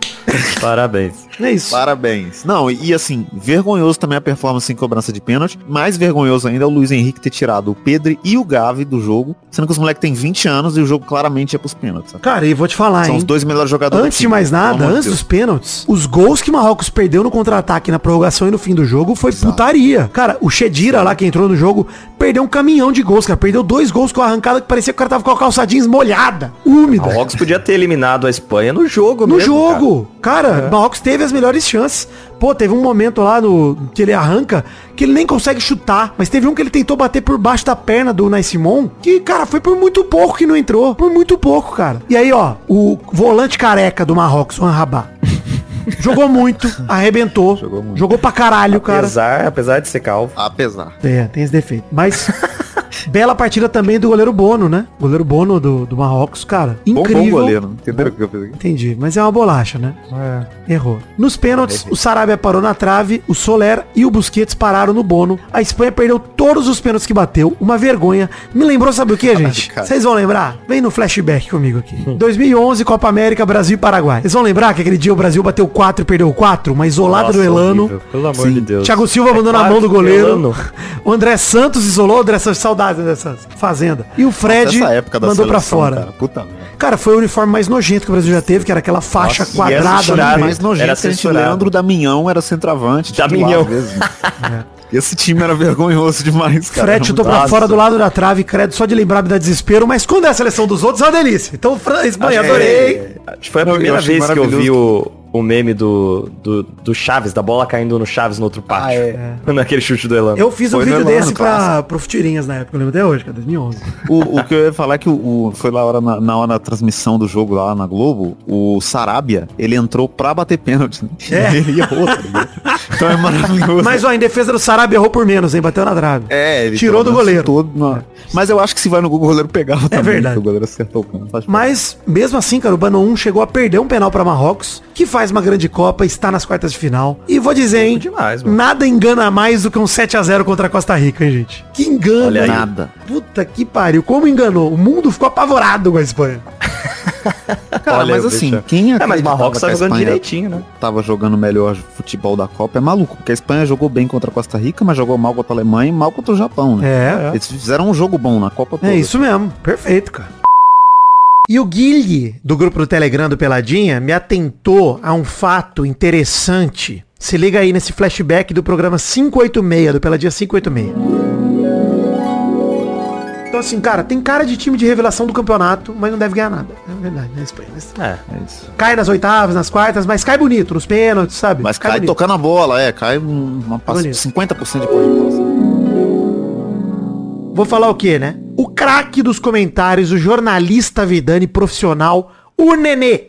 S2: Parabéns.
S3: É isso.
S4: Parabéns. Não, e e assim, vergonhoso também a performance em cobrança de pênalti. Mais vergonhoso ainda é o Luiz Henrique ter tirado o Pedro e o Gavi do jogo, sendo que os moleques têm 20 anos e o jogo claramente é pros pênaltis. sabe?
S3: Cara, e vou te falar,
S4: São
S3: hein?
S4: os dois melhores jogadores.
S3: Antes de mais nada, antes dos pênaltis, os gols que o Marrocos perdeu no contra-ataque, na prorrogação e no fim do jogo foi putaria. Cara, o Chedira lá que entrou no jogo perdeu um caminhão de gols, cara. Perdeu dois gols com a arrancada que parecia que o cara tava com a calça jeans molhada, úmida.
S2: O Rox podia ter eliminado a Espanha no jogo
S3: No
S2: mesmo,
S3: jogo!
S2: cara.
S3: Cara, o Marrocos teve as melhores chances. Pô, teve um momento lá no que ele arranca que ele nem consegue chutar, mas teve um que ele tentou bater por baixo da perna do Unai Simon, que, cara, foi por muito pouco que não entrou, por muito pouco, cara. E aí, ó, o volante careca do Marrocos, o Anrabá. Jogou muito, arrebentou, jogou,
S2: Jogou muito. Tá
S3: pra caralho, cara.
S2: Apesar, apesar de ser calvo.
S4: Apesar.
S3: É, tem esse defeito. Mas. Bela partida também do goleiro Bono, né? Goleiro Bono do, do Marrocos, cara.
S4: Bom,
S3: Incrível.
S4: bom goleiro. Entenderam o que eu fiz aqui?
S3: Entendi, mas é uma bolacha, né? Errou. Nos pênaltis, o Sarabia parou na trave, o Soler e o Busquets pararam no Bono. A Espanha perdeu todos os pênaltis que bateu. Uma vergonha. Me lembrou, sabe o que, gente?
S4: cara.
S3: Vocês vão lembrar? Vem no flashback comigo aqui. <laughs> 2011, Copa América, Brasil e Paraguai. Vocês vão lembrar que aquele dia o Brasil bateu 4 e perdeu 4? Uma isolada
S2: Nossa,
S3: do Elano.
S2: horrível. Pelo amor de Deus.
S3: Thiago Silva
S2: É
S3: mandou na
S2: claro
S3: mão do
S2: que
S3: goleiro.
S2: Elano.
S3: <laughs> O André Santos isolou. André Santos, saudades, André Santos. Fazenda. E o Fred
S4: Essa época da
S3: mandou pra
S4: seleção,
S3: fora.
S4: Cara, puta merda.
S3: Cara, foi o uniforme mais nojento que o Brasil já teve, que era aquela faixa
S2: Nossa,
S4: E essa
S3: quadrada.
S4: história
S3: né?
S2: censurado.
S4: mais nojenta
S2: Era
S4: que a gente.
S2: censurado.
S4: Leandro Damião era centroavante. titular,
S2: Damião.
S4: às vezes. Esse time era vergonhoso demais, cara.
S3: Fred chutou pra
S2: Nossa.
S3: fora do lado da trave, credo, só de lembrar me dá desespero, mas quando é a seleção dos outros é uma delícia. Então, Fran, Espanha, adorei.
S2: Acho que é. foi a
S4: Não, eu
S2: primeira
S4: achei
S2: vez que eu vi o,
S4: maravilhoso.
S2: o meme do, do, do Chaves, da bola caindo no Chaves no
S4: Ah,
S2: outro pátio.
S4: é.
S2: <laughs> Naquele chute do Elano.
S3: Eu fiz um
S4: Foi
S3: vídeo
S4: no Elano,
S3: desse pra,
S4: clássico.
S3: pro Futirinhas na época, eu lembro até hoje, cara, 2011.
S4: O, o que eu ia falar é que o, o- foi lá hora na, na hora da transmissão do jogo lá na Globo, o Sarabia, ele entrou pra bater pênalti. né? <laughs>
S3: É.
S4: Ele errou, tá ligado? Então é maravilhoso.
S3: Mas, ó, em defesa do Sarabia errou por menos, hein, bateu na trave.
S4: é, ele pelo
S3: tirou do
S4: menos
S3: goleiro.
S4: todo na- Mas eu acho que se vai no Google, o goleiro pegava também.
S3: verdade.
S4: porque O goleiro acertou o canto. Faz
S3: Mas, mesmo assim, cara, o Bano 1 chegou a perder um penal pra Marrocos, que faz uma grande Copa, está nas quartas de final. E vou dizer, hein,
S2: demais, mano.
S3: nada engana mais do que um 7x0 contra a Costa Rica, hein, gente. Que engana,
S2: Olha aí.
S3: hein?
S4: nada.
S3: Puta que pariu, como enganou. O mundo ficou apavorado com a Espanha.
S4: Cara,
S2: Olha
S4: mas
S2: o
S4: assim,
S2: bicho.
S4: quem
S2: É, mas
S4: acreditava
S2: Marrocos
S4: que
S2: tá
S4: a
S2: jogando
S4: Espanha
S2: direitinho, né?
S4: Tava jogando o melhor futebol da Copa, é maluco, porque a Espanha jogou bem contra a Costa Rica, mas jogou mal contra a Alemanha e mal contra o Japão, né?
S3: É,
S4: Eles fizeram um jogo bom na Copa
S3: é,
S4: toda.
S3: isso mesmo. Perfeito, cara. E o Guilherme, do grupo do Telegram do Peladinha, me atentou a um fato interessante. Se liga aí nesse flashback do programa 586, do Peladinha 586. Então assim, cara, tem cara de time de revelação do campeonato, mas não deve ganhar nada. É verdade, né, Espanha? Mas
S2: É.
S4: É isso.
S3: Cai nas oitavas, nas quartas, mas cai bonito, nos pênaltis, sabe?
S4: Mas cai,
S3: bonito.
S4: tocando a bola, é, cai um- uma passa
S3: Bonito.
S4: 50% de posse de bola.
S3: Vou falar o quê, né? O craque dos comentários, o jornalista Vidani profissional, o Nenê.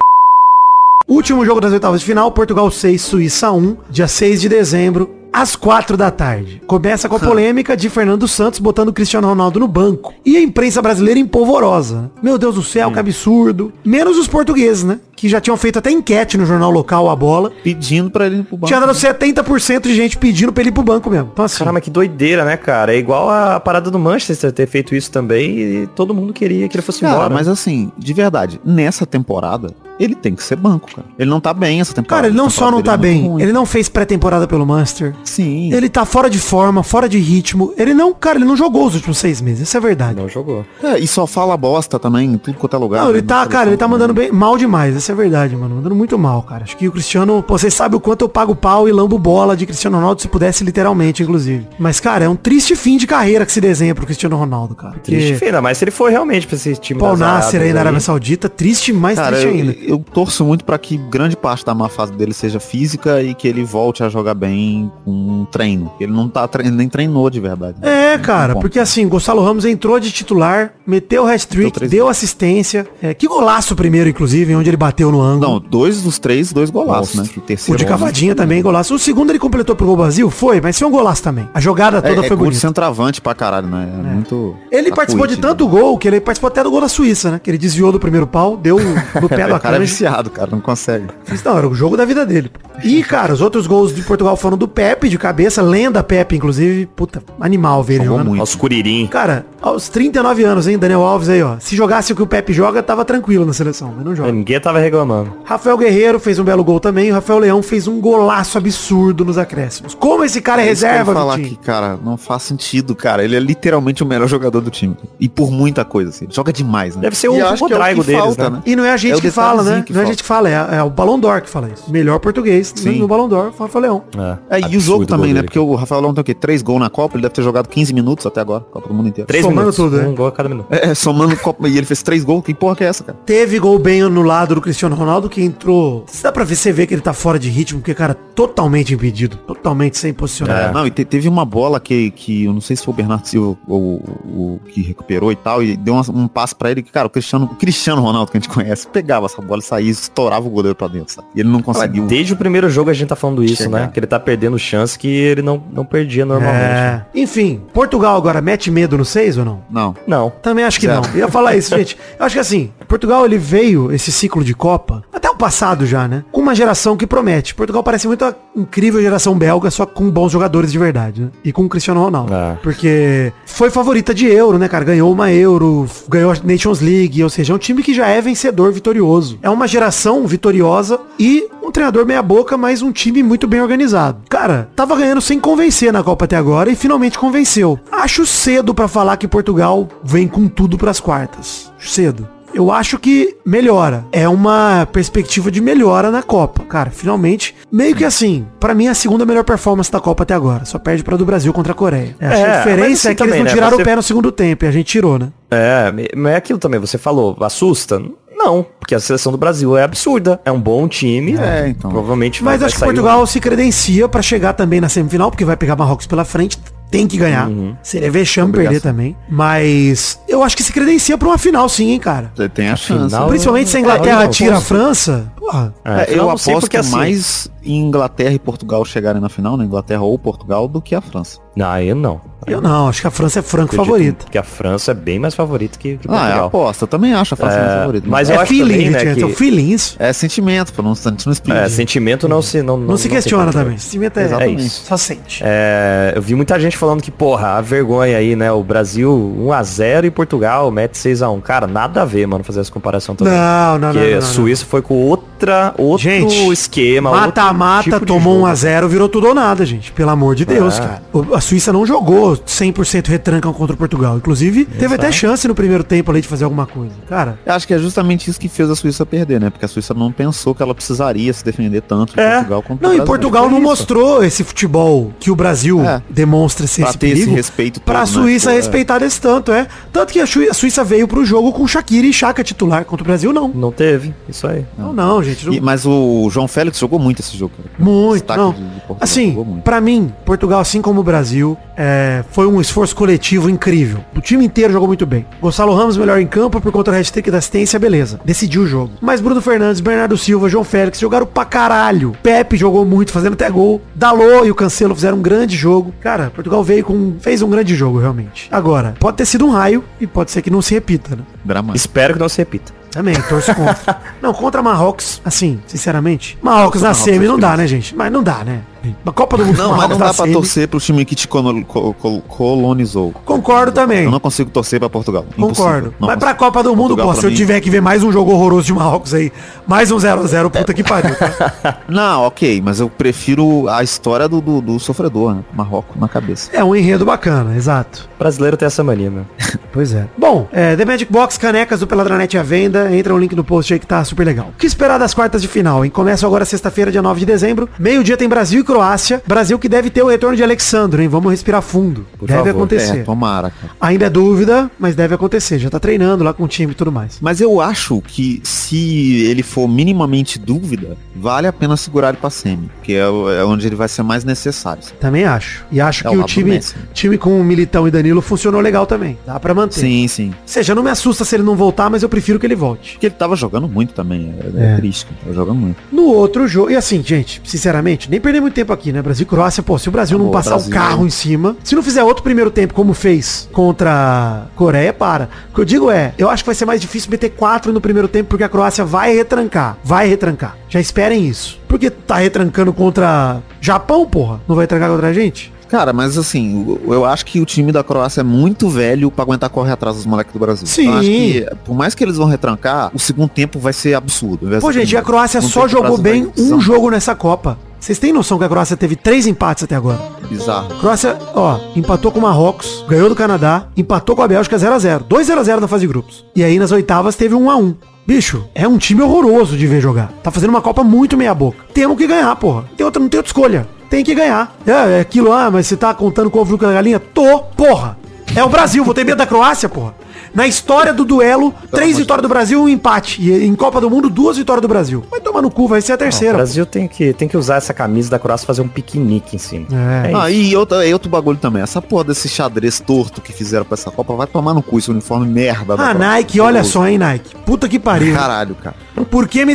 S3: Último jogo das oitavas de final, Portugal 6, Suíça 1, dia 6 de dezembro, às 4 da tarde. Começa com a polêmica de Fernando Santos botando o Cristiano Ronaldo no banco. E a imprensa brasileira em polvorosa. né? Meu Deus do céu, que absurdo. Menos os portugueses, né? Que já tinham feito até enquete no jornal local A Bola.
S4: Pedindo pra ele ir pro banco.
S3: Tinha dado 70% de gente pedindo pra ele ir pro banco mesmo. Então assim...
S2: Caramba, que doideira, né, cara? É igual a parada do Manchester ter feito isso também e todo mundo queria que ele fosse
S4: Cara,
S2: embora.
S4: mas assim, de verdade, nessa temporada, ele tem que ser banco, cara. Ele não tá bem essa temporada.
S3: Cara, ele não
S4: Essa
S3: só não tá
S4: temporada dele é
S3: bem,
S4: muito ruim.
S3: ele não fez pré-temporada pelo Manchester.
S4: Sim.
S3: Ele tá fora de forma, fora de ritmo. Ele não, cara, ele não jogou os últimos seis meses, isso é verdade. Não,
S2: Não jogou.
S4: É, e só fala bosta também, em tudo quanto é lugar.
S3: ele
S4: né?
S3: tá,
S4: Na
S3: cara, ele tá
S4: seleção.
S3: mandando bem mal demais, isso é verdade, mano. Mandando muito mal, cara. Acho que o Cristiano, pô, vocês sabem o quanto eu pago pau e lambo bola de Cristiano Ronaldo, se pudesse, literalmente, inclusive. Mas, cara, é um triste fim de carreira que se desenha pro Cristiano Ronaldo, cara.
S2: Triste,
S3: Porque
S2: feio, ainda mais se ele for realmente pra esse time
S3: Paul
S2: das
S3: Nasser aí na
S2: Arábias
S3: Arábia Saudita, triste, mais
S4: Cara,
S3: triste
S4: eu,
S3: ainda.
S4: eu torço muito pra que grande parte da má fase dele seja física e que ele volte a jogar bem com treino. Ele não tá tre- nem treinou de verdade.
S3: É, cara,
S4: Bom.
S3: porque assim, Gonçalo Ramos entrou de titular, meteu o
S4: Deu
S3: hat-trick, deu,
S4: três
S3: assistência. É, que golaço primeiro, inclusive, onde ele bateu no ângulo.
S4: Não, dois dos três, dois golaços,
S2: Nossa.
S4: né? O, terceiro
S3: o de cavadinha também, golaço. O segundo ele completou pro gol Brasil? Foi, mas foi um golaço também. A jogada
S4: É,
S3: toda
S4: é
S3: foi
S4: gol de
S3: bonita.
S4: centroavante pra caralho, né? É muito.
S3: Ele participou de
S4: acuítico.
S3: tanto gol que ele participou até do gol da Suíça, né? Que ele desviou do primeiro pau, deu um-
S4: <laughs>
S3: no pé
S4: O cara é
S3: do Akanji.
S4: viciado, cara, não consegue.
S3: Isso não, era o jogo da vida dele. E, cara, os outros gols de Portugal foram do Pepe de cabeça, lenda Pepe, inclusive. Puta, animal ver ele
S4: Jogou
S3: jogando.
S4: muito.
S2: Aos Curirim.
S3: Cara, aos 39 anos, hein, Daniel Alves aí, ó. Se jogasse o que o Pepe joga, tava tranquilo na seleção, mas não joga.
S2: Ninguém tava reclamando.
S3: Rafael Guerreiro fez um belo gol também, o Rafael Leão fez um golaço absurdo nos acréscimos. Como esse cara é
S4: isso que eu ia
S3: reserva,
S4: falar
S3: Vitinho?
S4: aqui, cara, não faz sentido, cara. Ele é literalmente o melhor jogador do time. E por muita coisa, assim. Ele joga demais, né?
S2: Deve ser o
S4: E eu acho que é o
S2: Rodrigo
S4: que
S2: deles,
S4: falta,
S2: né?
S4: né?
S3: E não é a gente
S4: É o
S3: que fala, fala,
S4: sozinho
S3: né?
S4: que
S3: Não é a
S4: fala.
S3: gente que fala, é, é o Balão d'Or que fala isso. Melhor português
S4: Sim.
S3: no Balão d'Or, Rafa Leão.
S4: É, e o jogo também, né? Porque
S2: eu
S4: o Rafael Leão tem o quê? Três gols na Copa, ele deve ter jogado 15 minutos até agora, Copa do Mundo inteiro.
S2: Três
S3: somando
S2: minutos.
S3: tudo, né?
S2: um gol a cada minuto.
S4: É, somando Copa, e ele fez três gols, que porra que é essa, cara?
S3: Teve gol bem anulado do Cristiano Ronaldo, que entrou. Dá pra ver, você vê que ele tá fora de ritmo, porque, cara, totalmente impedido, totalmente sem posicionamento.
S4: Não, e te- teve uma bola que, que eu não sei se foi o Bernardo Silva ou o que recuperou e tal, e deu uma- um passe pra ele que, cara, o Cristiano, o Cristiano Ronaldo que a gente conhece, pegava essa bola e saía, estourava o goleiro pra dentro, sabe? E ele não conseguiu.
S2: Desde o primeiro jogo a gente tá falando isso,
S4: Chegar.
S2: né? Que ele tá perdendo chance que ele não, não perdia normalmente.
S3: É. Enfim, Portugal agora mete medo no 6 ou não?
S4: Não.
S2: Não.
S3: Também acho que
S4: Zero.
S3: não. Eu ia falar isso, gente. Eu acho que assim, Portugal ele veio esse ciclo de Copa, até o passado já, né? Com uma geração que promete. Portugal parece muito a incrível geração belga, só com bons jogadores de verdade, né? E com o Cristiano Ronaldo.
S2: É.
S3: Porque foi favorita de Euro, né, cara? Ganhou uma Euro, ganhou a Nations League, ou seja, é um time que já é vencedor, vitorioso. É uma geração vitoriosa e um treinador meia boca, mas um time muito bem organizado. Cara, tava ganhando sem convencer na Copa até agora e finalmente convenceu. Acho cedo pra falar que Portugal vem com tudo pras quartas. Cedo. Eu acho que melhora. É uma perspectiva de melhora na Copa, cara. Finalmente, meio que assim, pra mim é a segunda melhor performance da Copa até agora. Só perde pra do Brasil contra a Coreia. É,
S2: É,
S3: a
S2: mas
S3: diferença
S2: assim
S3: é que eles
S2: também,
S3: não
S2: né?
S3: tiraram
S2: Você-
S3: o pé no segundo tempo e a gente tirou, né?
S2: É, mas é aquilo também, você falou, assusta? Não, porque a seleção do Brasil é absurda. É um bom time. né?
S4: É, então.
S2: Provavelmente vai-
S3: Mas
S2: vai
S3: acho que
S2: sair
S3: Portugal se credencia pra chegar também na semifinal, porque vai pegar Marrocos pela frente, tem que ganhar.
S2: Uhum.
S3: Seria vexame perder também. Mas eu acho que se credencia pra uma final sim, hein, cara.
S4: Você tem a chance.
S2: final-
S3: Principalmente se a
S2: Ah,
S3: Inglaterra
S2: eu
S3: tira a
S2: aposto.
S3: França. Porra.
S2: um-
S4: É,
S2: É,
S4: eu
S2: não sei
S4: aposto
S2: porque, assim,
S4: mais em Inglaterra e Portugal chegarem na final, na Inglaterra ou Portugal, do que a França.
S2: Não, eu não.
S3: Eu não, acho que a França é franco
S2: Acredito
S3: favorita.
S2: Que a França é bem mais favorita que, que
S4: Ah, é
S2: Portugal.
S4: aposta. Eu também acho a França mais favorita.
S2: mas eu
S3: é
S2: acho
S3: feeling,
S2: também, né,
S3: gente,
S2: que-
S3: é o feeling isso.
S4: É sentimento, pô. Não, a gente não explica.
S2: É, sentimento não se não,
S3: Não, se questiona
S2: tem como.
S3: também. Sentimento é,
S2: É
S4: Exatamente.
S2: isso.
S3: só sente.
S2: É, eu vi muita gente falando que, porra, a vergonha aí, né? O Brasil 1x0 e Portugal mete 6x1. Cara, nada a ver, mano, fazer essa comparação também.
S3: Não, não, não,
S2: Porque
S3: não, não, não.
S2: Suíça foi com outra, outro
S3: Gente,
S2: esquema.
S3: Mata-mata,
S2: outro tipo de
S3: tomou
S2: jogo.
S3: 1x0, virou tudo ou nada, gente. Pelo amor de
S4: É.
S3: Deus, cara. O- A Suíça não jogou 100% retrancão contra o Portugal. Inclusive, teve até chance no primeiro tempo ali de fazer alguma coisa. Cara,
S4: Eu acho que é justamente isso que fez a Suíça perder, né? Porque a Suíça não pensou que ela precisaria se defender tanto de Portugal contra
S3: É. Não,
S4: o
S3: e
S4: Brasil.
S3: Portugal não mostrou esse futebol que o Brasil
S4: É.
S3: demonstra ser
S4: Pra
S3: esse
S4: ter esse
S3: perigo.
S4: respeito todo,
S3: pra
S4: né?
S3: Suíça
S4: Pô, é.
S3: respeitar desse tanto, é. Tanto que a Sui- a Suíça veio pro jogo com Shakira e Chaka titular contra o Brasil, não.
S2: Não teve, isso aí.
S3: Não, não, gente. Não...
S4: E- mas o João Félix jogou muito esse jogo, cara.
S3: Muito,
S4: Destaque
S3: não.
S4: de- de Portugal, jogou
S3: Assim,
S4: muito.
S3: pra mim, Portugal, assim como o Brasil, é, foi um esforço coletivo incrível. O time inteiro jogou muito bem. Gonçalo Ramos, melhor em campo por conta do hat-trick da assistência, beleza. Decidiu o jogo. Mas Bruno Fernandes, Bernardo Silva, João Félix jogaram pra caralho. Pepe jogou muito, fazendo até gol. Dalô e o Cancelo fizeram um grande jogo. Cara, Portugal veio com... fez um grande jogo, realmente. Agora, pode ter sido um raio e pode ser que não se repita, né?
S4: Dramático.
S2: Espero que não se repita.
S3: Também, torço contra. <laughs> não, contra Marrocos, assim, sinceramente. Marrocos na
S4: Marrocos,
S3: semi não dá, né, gente? Mas não dá, né? Na Copa do Mundo
S4: Não, mas não
S3: Marrocos na
S4: dá pra
S3: semi.
S4: torcer pro time que te colo- col- col- colonizou.
S3: Concordo também.
S4: Eu não consigo torcer pra Portugal. Impossível.
S3: Concordo.
S4: Não
S3: Mas pra
S4: consigo.
S3: Copa do Mundo,
S4: Portugal,
S3: pô,
S4: pra
S3: se eu
S4: mim-
S3: tiver que ver mais um jogo horroroso de Marrocos aí, mais um 0x0, puta que pariu. tá?
S4: Não, ok, mas eu prefiro a história do, do, do sofredor, né? Marrocos na cabeça.
S3: <laughs> É um enredo bacana, exato.
S2: Brasileiro tem essa mania, meu.
S3: Pois é. Bom, é, The Magic Box, canecas do Peladranet à venda. Entra o link no post aí que tá super legal. O que esperar das quartas de final, hein? Começa agora sexta-feira, dia 9 de dezembro. Meio-dia tem Brasil e Croácia. Brasil que deve ter o retorno de Alexandre, hein? Vamos respirar fundo.
S2: Por
S3: deve
S2: favor.
S3: acontecer.
S4: É, tomara, cara.
S3: Ainda é dúvida, mas deve acontecer. Já tá treinando lá com o time e tudo mais.
S4: Mas eu acho que se ele for minimamente dúvida, vale a pena segurar ele pra semi, que é, o- é onde ele vai ser mais necessário. sabe?
S3: Também acho. E acho
S4: É
S3: que
S4: o
S3: o
S4: lado do
S3: time,
S4: Messi.
S3: time com o Militão e Danilo funcionou legal também. Dá pra manter.
S4: Sim, sim.
S3: Ou seja, não me assusta se ele não voltar, mas eu prefiro que ele volte.
S4: Porque ele tava jogando muito também, é, é
S3: É.
S4: triste, cara, tava jogando muito.
S3: No outro jogo, e assim, gente, sinceramente, nem perder muito tempo aqui, né? Brasil e Croácia, pô, se o Brasil não
S4: Amor,
S3: passar
S4: Brasil.
S3: o carro em cima, se não fizer outro primeiro tempo como fez contra a Coreia, para. O que eu digo é, eu acho que vai ser mais difícil meter quatro no primeiro tempo porque a Croácia vai retrancar, vai retrancar. Já esperem isso. Porque tá retrancando contra Japão, porra? Não vai retrancar contra a gente?
S4: Cara, mas assim, o- eu acho que o time da Croácia é muito velho pra aguentar correr atrás dos moleques do Brasil.
S3: Sim.
S4: Eu acho que, por mais que eles vão retrancar, o segundo tempo vai ser absurdo. vai
S3: Pô,
S4: ser
S3: gente, a
S4: primeiro.
S3: Croácia
S4: Segundo
S3: só
S4: tempo, o
S3: jogou
S4: Brasil
S3: bem
S4: vai
S3: um jogo nessa Copa. Vocês têm noção que a Croácia teve três empates até agora?
S4: Bizarro.
S3: Croácia, ó, empatou com o Marrocos, ganhou do Canadá, empatou com a Bélgica 0x0. 2 0 x 0 na fase de grupos. E aí nas oitavas teve 1x1. Bicho, é um time horroroso de ver jogar. Tá fazendo uma Copa muito meia boca. Temos que ganhar, porra. Tem outra, não tem outra escolha. Tem que ganhar. É, é aquilo, ah, mas você tá contando com o Vulca na galinha? Tô, porra. É o Brasil, vou ter medo da Croácia, porra. Na história do duelo, três vitórias do Brasil e um empate. E em Copa do Mundo, duas vitórias do Brasil. Vai tomar no cu, vai ser a
S2: O
S3: terceira.
S2: Brasil tem que, tem que usar essa camisa da Croácia e fazer um piquenique em cima.
S3: É.
S2: isso.
S4: Ah, e outro, e outro bagulho também. Essa porra desse xadrez torto que fizeram pra essa Copa vai tomar no cu esse uniforme merda. da
S3: Ah,
S4: Copa.
S3: Nike, olha só, hein, Nike. Puta que pariu.
S4: Caralho, cara.
S3: Por que me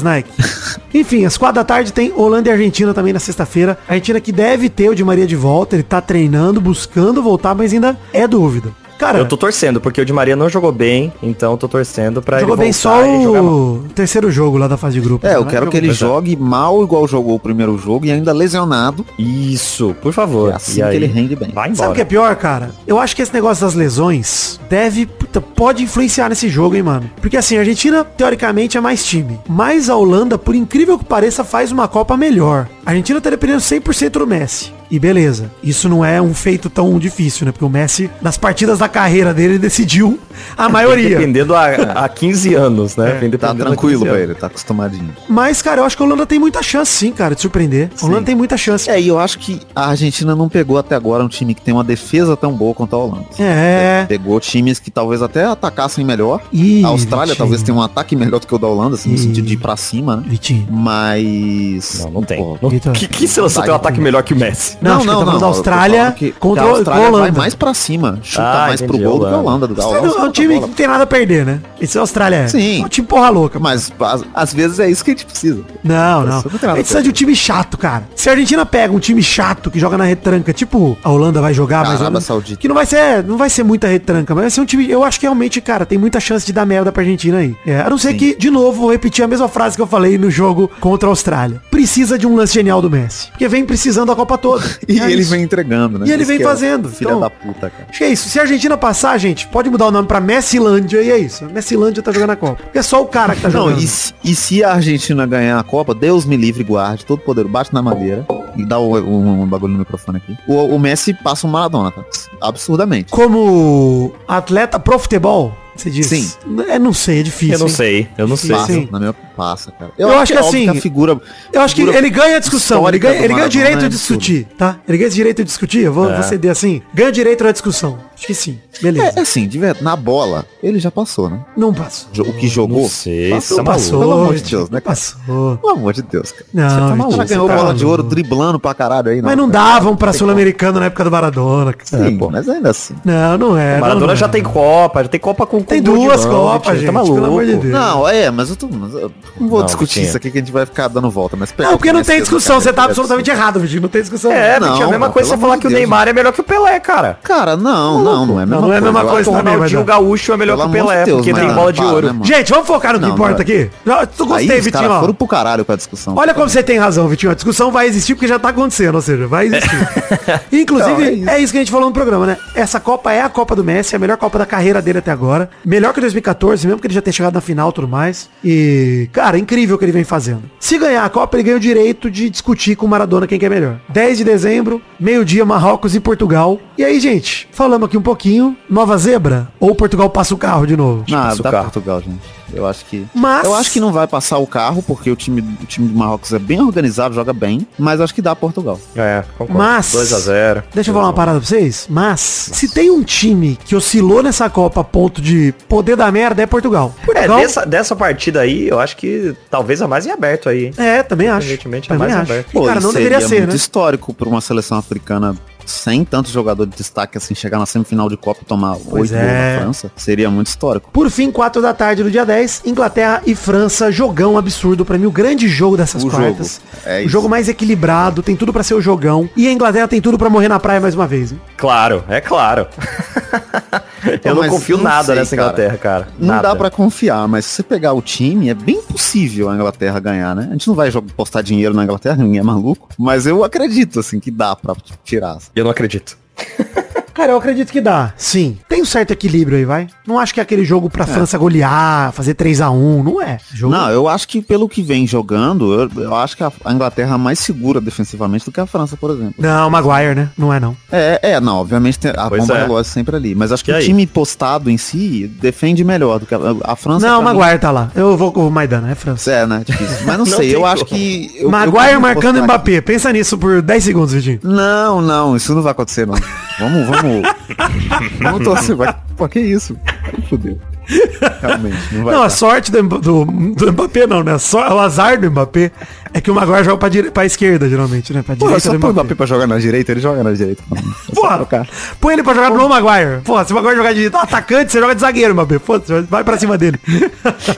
S2: <laughs>
S3: Nike? Enfim, às quatro da tarde tem Holanda e Argentina também na sexta-feira. A Argentina que deve ter o Di Maria de volta, ele tá treinando, buscando voltar, mas ainda é dúvida. Cara,
S2: Eu tô torcendo, porque o Di Maria não jogou bem, então eu tô torcendo pra
S3: jogou
S2: ele
S3: bem
S2: voltar
S3: só
S2: e jogar mal.
S3: o terceiro jogo lá da fase de né? grupo.
S4: É, eu
S3: Não
S4: quero
S3: jogo-
S4: que ele
S2: Pois é.
S4: jogue mal igual jogou o primeiro jogo e ainda lesionado.
S2: Isso, por favor.
S4: É assim
S2: E aí,
S4: que ele rende bem.
S2: Vai
S3: Sabe
S2: embora.
S3: o que é pior, cara? Eu acho que esse negócio das lesões deve, puta, pode influenciar nesse jogo, hein, mano? Porque assim, a Argentina, teoricamente, é mais time. Mas a Holanda, por incrível que pareça, faz uma Copa melhor. A Argentina tá dependendo 100% do Messi. E beleza, isso não é um feito tão difícil, né? Porque o Messi, nas partidas da carreira dele, decidiu
S4: <laughs>
S3: a maioria.
S2: Dependendo há,
S3: <laughs>
S2: há 15 anos,
S3: É,
S2: né? Vem
S4: Tá
S2: dependendo há
S4: tranquilo
S2: 15
S4: pra
S2: anos.
S4: ele, tá acostumadinho.
S3: Mas, cara, eu acho que a Holanda tem muita chance, sim, cara, de surpreender. A Holanda
S4: Sim.
S3: tem muita chance.
S4: É, e eu acho que a Argentina não pegou até agora um time que tem uma defesa tão boa quanto a Holanda.
S3: É.
S4: Pegou times que talvez até atacassem melhor.
S3: Ih,
S4: a Austrália
S3: Vitinho.
S4: talvez tenha um ataque melhor do que o da Holanda, assim, no
S3: Ih.
S4: sentido de ir pra cima, né?
S3: Vitinho.
S4: Mas.
S2: Não, não tem.
S4: Pô,
S2: Não-
S3: Vitor.
S2: que, que seleção tem um ataque melhor que o Messi?
S3: Não, acho que ele tá falando da
S4: eu tô
S3: Austrália
S4: falando que- que
S3: contra
S4: a
S3: o-
S4: Austrália
S3: Holanda.
S4: vai mais pra cima, chuta
S2: Ah,
S4: mais pro
S2: entendi,
S4: gol do que a
S2: Holanda.
S4: Holanda. Da
S3: Austrália
S4: Holanda
S3: é um
S4: solta
S3: time
S4: a
S3: que
S4: bola.
S3: não tem nada a perder, né? Esse é a Austrália. é.
S4: Sim.
S3: É um time porra louca.
S4: Mas às- às vezes é isso que a gente precisa.
S3: Não, não.
S4: Isso não tem nada
S3: A
S4: a
S3: gente precisa de um time chato, cara. Se a Argentina pega um time chato que joga na retranca, tipo a Holanda vai jogar,
S4: A
S3: mas
S4: Arábia
S3: olha-
S4: Saudita.
S3: que não vai ser, não vai ser muita retranca, mas vai ser um time, eu acho que realmente, cara, tem muita chance de dar merda pra Argentina aí. É, a não ser que de novo vou repetir a mesma frase que eu falei no jogo contra a Austrália. Precisa de um lance genial do Messi, porque vem precisando a Copa toda.
S4: <laughs> E
S3: É
S4: ele
S3: isso.
S4: vem entregando, né?
S3: E ele
S4: Isso
S3: vem
S4: que é o
S3: fazendo,
S4: Filha
S3: então-
S4: da puta, cara.
S3: Acho que é isso. Se a Argentina passar, gente, pode mudar o nome pra Messilândia e é isso. A Messilândia tá jogando a Copa. Porque é só o cara que tá
S4: Não,
S3: jogando.
S4: e, se- e se a Argentina ganhar a Copa, Deus me livre, guarde, todo poder, bate na madeira e dá o- um, um bagulho no microfone aqui. O, o Messi passa um Maradona, tá? Absurdamente.
S3: Como atleta pro futebol, você diz?
S4: Sim.
S3: É, não sei, é difícil.
S2: Eu não
S3: hein?
S2: sei, eu não sei.
S4: Passa,
S3: sim.
S4: na minha passa, cara. é
S3: Eu acho que
S4: óbvio
S3: assim-
S4: a figura
S3: Eu acho que
S4: Figura
S3: ele ganha a discussão. Ele
S4: histórica
S3: ganha,
S4: do
S3: ele ganha o
S4: Maradona,
S3: direito
S4: né,
S3: de discutir, tá? Ele ganha esse direito de discutir? Eu vou,
S2: É.
S3: vou ceder assim. Ganha o direito à discussão. Acho que sim. Beleza.
S4: é, é assim, de verdade, na bola, ele já passou, né?
S3: Não passou.
S4: Jo- O que jogou.
S2: Não sei,
S4: passou,
S2: tá maluco.
S3: é
S4: passou, pelo amor de
S3: gente,
S4: Deus, né, cara?
S3: Passou.
S4: Pelo amor de Deus, cara.
S3: Não,
S4: Você tá
S3: gente,
S4: maluco. Já
S3: você
S4: ganhou
S3: tá
S4: bola de
S3: maluco.
S4: ouro driblando pra caralho aí,
S3: Mas não
S4: cara.
S3: davam pra sul-americano na época do Maradona. cara.
S4: Sim, mas ainda assim.
S3: Não, não é.
S2: O
S3: não,
S2: Maradona
S3: não
S2: já
S3: é.
S2: tem Copa, já tem Copa com
S3: Tem
S2: com gol de
S3: duas
S2: mão,
S3: Copas,
S2: Tá
S3: gente,
S2: maluco.
S3: pelo amor de Deus.
S4: Não, é, mas eu, tô, mas eu não vou
S2: Não,
S4: discutir
S2: sim.
S4: isso aqui que a gente vai ficar dando volta. Mas pega
S3: Não, porque
S4: o
S3: não
S4: Messi
S3: tem
S4: do
S3: discussão.
S4: né? cara,
S3: Você tá
S4: pega-
S3: absolutamente errado, Virgílio. Não tem discussão.
S2: É,
S4: Não,
S2: não, a mesma coisa
S4: não, pelo
S2: você falar
S4: amor
S2: que
S4: de
S2: o
S4: Deus,
S2: Neymar é melhor que o Pelé, cara.
S4: Cara, não, não, não é a mesma
S3: Não, não é a mesma
S4: Eu acho
S3: coisa
S2: o
S3: também, mas
S2: Ronaldinho
S3: é.
S2: Gaúcho é melhor
S4: Pelo
S2: que o Pelé,
S4: amor de Deus,
S2: porque tem
S4: mano,
S2: bola de
S4: para,
S2: ouro.
S4: né, mano?
S3: Gente, vamos focar no que
S4: Não,
S3: importa
S4: não.
S3: aqui. Eu- Tu
S4: Aí
S3: gostei,
S4: os
S3: Vitinho.
S4: caras
S3: ó.
S4: foram pro caralho pra discussão.
S3: Olha como você tem razão, Vitinho. A discussão vai existir porque já tá acontecendo, ou seja,
S4: <laughs>
S3: vai existir. Inclusive,
S4: Então, é
S3: é, isso.
S4: isso.
S3: que a gente falou no programa, né? Essa Copa é a Copa do Messi, é a melhor Copa da carreira dele até agora. Melhor que 2014, mesmo que ele já tenha chegado na final e tudo mais. E, cara, é incrível o que ele vem fazendo. Se ganhar a Copa, ele ganha o direito de discutir com o Maradona quem que é melhor. 10 de dezembro, meio-dia, Marrocos e Portugal. E aí, gente, falamos aqui um pouquinho. Nova zebra? Ou Portugal passa o carro de novo?
S4: Ah,
S2: Passa o
S4: dá
S2: carro.
S4: Portugal, gente. Eu acho que.
S3: Mas-
S4: Eu acho que não vai passar o carro, porque o time, o time do Marrocos é bem organizado, joga bem, mas acho que dá Portugal.
S2: É, concordo.
S3: Mas-
S2: 2x0.
S3: Deixa eu falar uma parada pra vocês, mas se tem um time que oscilou nessa Copa a ponto de poder dar merda é Portugal.
S2: É,
S3: Portugal
S2: dessa, dessa partida aí, eu acho que talvez a mais em aberto aí. hein?
S3: é, também acho.
S2: Evidentemente, é
S3: também
S2: mais
S3: acho.
S2: aberto.
S3: E, cara,
S4: isso
S3: não deveria
S4: seria
S3: ser,
S4: muito
S3: né?
S4: histórico pra uma seleção africana sem tanto jogador de destaque, assim, chegar na semifinal de Copa e tomar oito gols
S3: é.
S4: da França. Seria muito histórico.
S3: Por fim, 4 da tarde do dia 10, Inglaterra e França, jogão absurdo pra mim, o grande jogo dessas
S4: O
S3: quartas.
S4: jogo. É
S3: o
S4: isso.
S3: jogo mais equilibrado, tem tudo pra ser o jogão. E a Inglaterra tem tudo pra morrer na praia mais uma vez. hein?
S2: Claro, é
S4: <laughs>
S2: claro. eu não
S4: mas
S2: confio
S4: não
S2: nada
S4: sei,
S2: nessa
S4: cara.
S2: Inglaterra, cara.
S4: Não
S2: Nada.
S4: dá pra confiar, mas se você pegar o time, é bem possível a Inglaterra ganhar, né? A gente não vai jogar, postar dinheiro na Inglaterra, ninguém é maluco, mas eu acredito, assim, que dá pra tirar.
S2: Eu não acredito.
S3: Cara, eu acredito que dá. Sim. Tem um certo equilíbrio aí, vai. Não acho que é aquele jogo pra França golear, fazer 3 a 1 Não é. Jogo
S4: Não, eu acho que pelo que vem jogando, eu, eu acho que a a Inglaterra é mais segura defensivamente do que a França, por exemplo.
S3: Não, Maguire, né? Não é, não.
S4: É, é, não, obviamente tem a
S2: Pois
S4: bomba
S2: é.
S4: relógio sempre ali. Mas acho que
S2: E
S4: o
S2: aí?
S4: time postado em si defende melhor do que a, a França.
S3: não,
S4: pra mim,
S3: Maguire tá lá. Eu vou com o Maidana, é França.
S4: É, né? Difícil.
S2: <laughs>
S4: Mas não,
S2: Não
S4: sei,
S2: tem
S4: eu acho
S2: como.
S4: que. eu-
S3: Maguire
S4: eu-
S3: marcando
S4: postar-
S3: Mbappé. Pensa nisso por 10 segundos, Vitinho.
S4: Não, não, isso não vai acontecer, não. Vamos, vamos.
S2: <laughs>
S4: vamos torcer, vai. Pô, que isso? Aí fudeu. Realmente, não vai. tá.
S3: não,
S4: dar.
S3: a sorte do, Mba- do- do Mbappé não, né? Só, o azar do Mbappé é que o Maguire joga pra, dire... pra esquerda, geralmente, né? Pra
S4: Porra,
S3: direita
S4: só
S3: do
S4: põe o
S3: Mbappé.
S4: Mbappé pra jogar na direita, ele joga na direita. É só
S3: Porra,
S4: trocar.
S3: põe ele pra jogar no Maguire. Porra, se o Maguire jogar de atacante, você joga de zagueiro, Mbappé. Pô, você vai pra cima dele.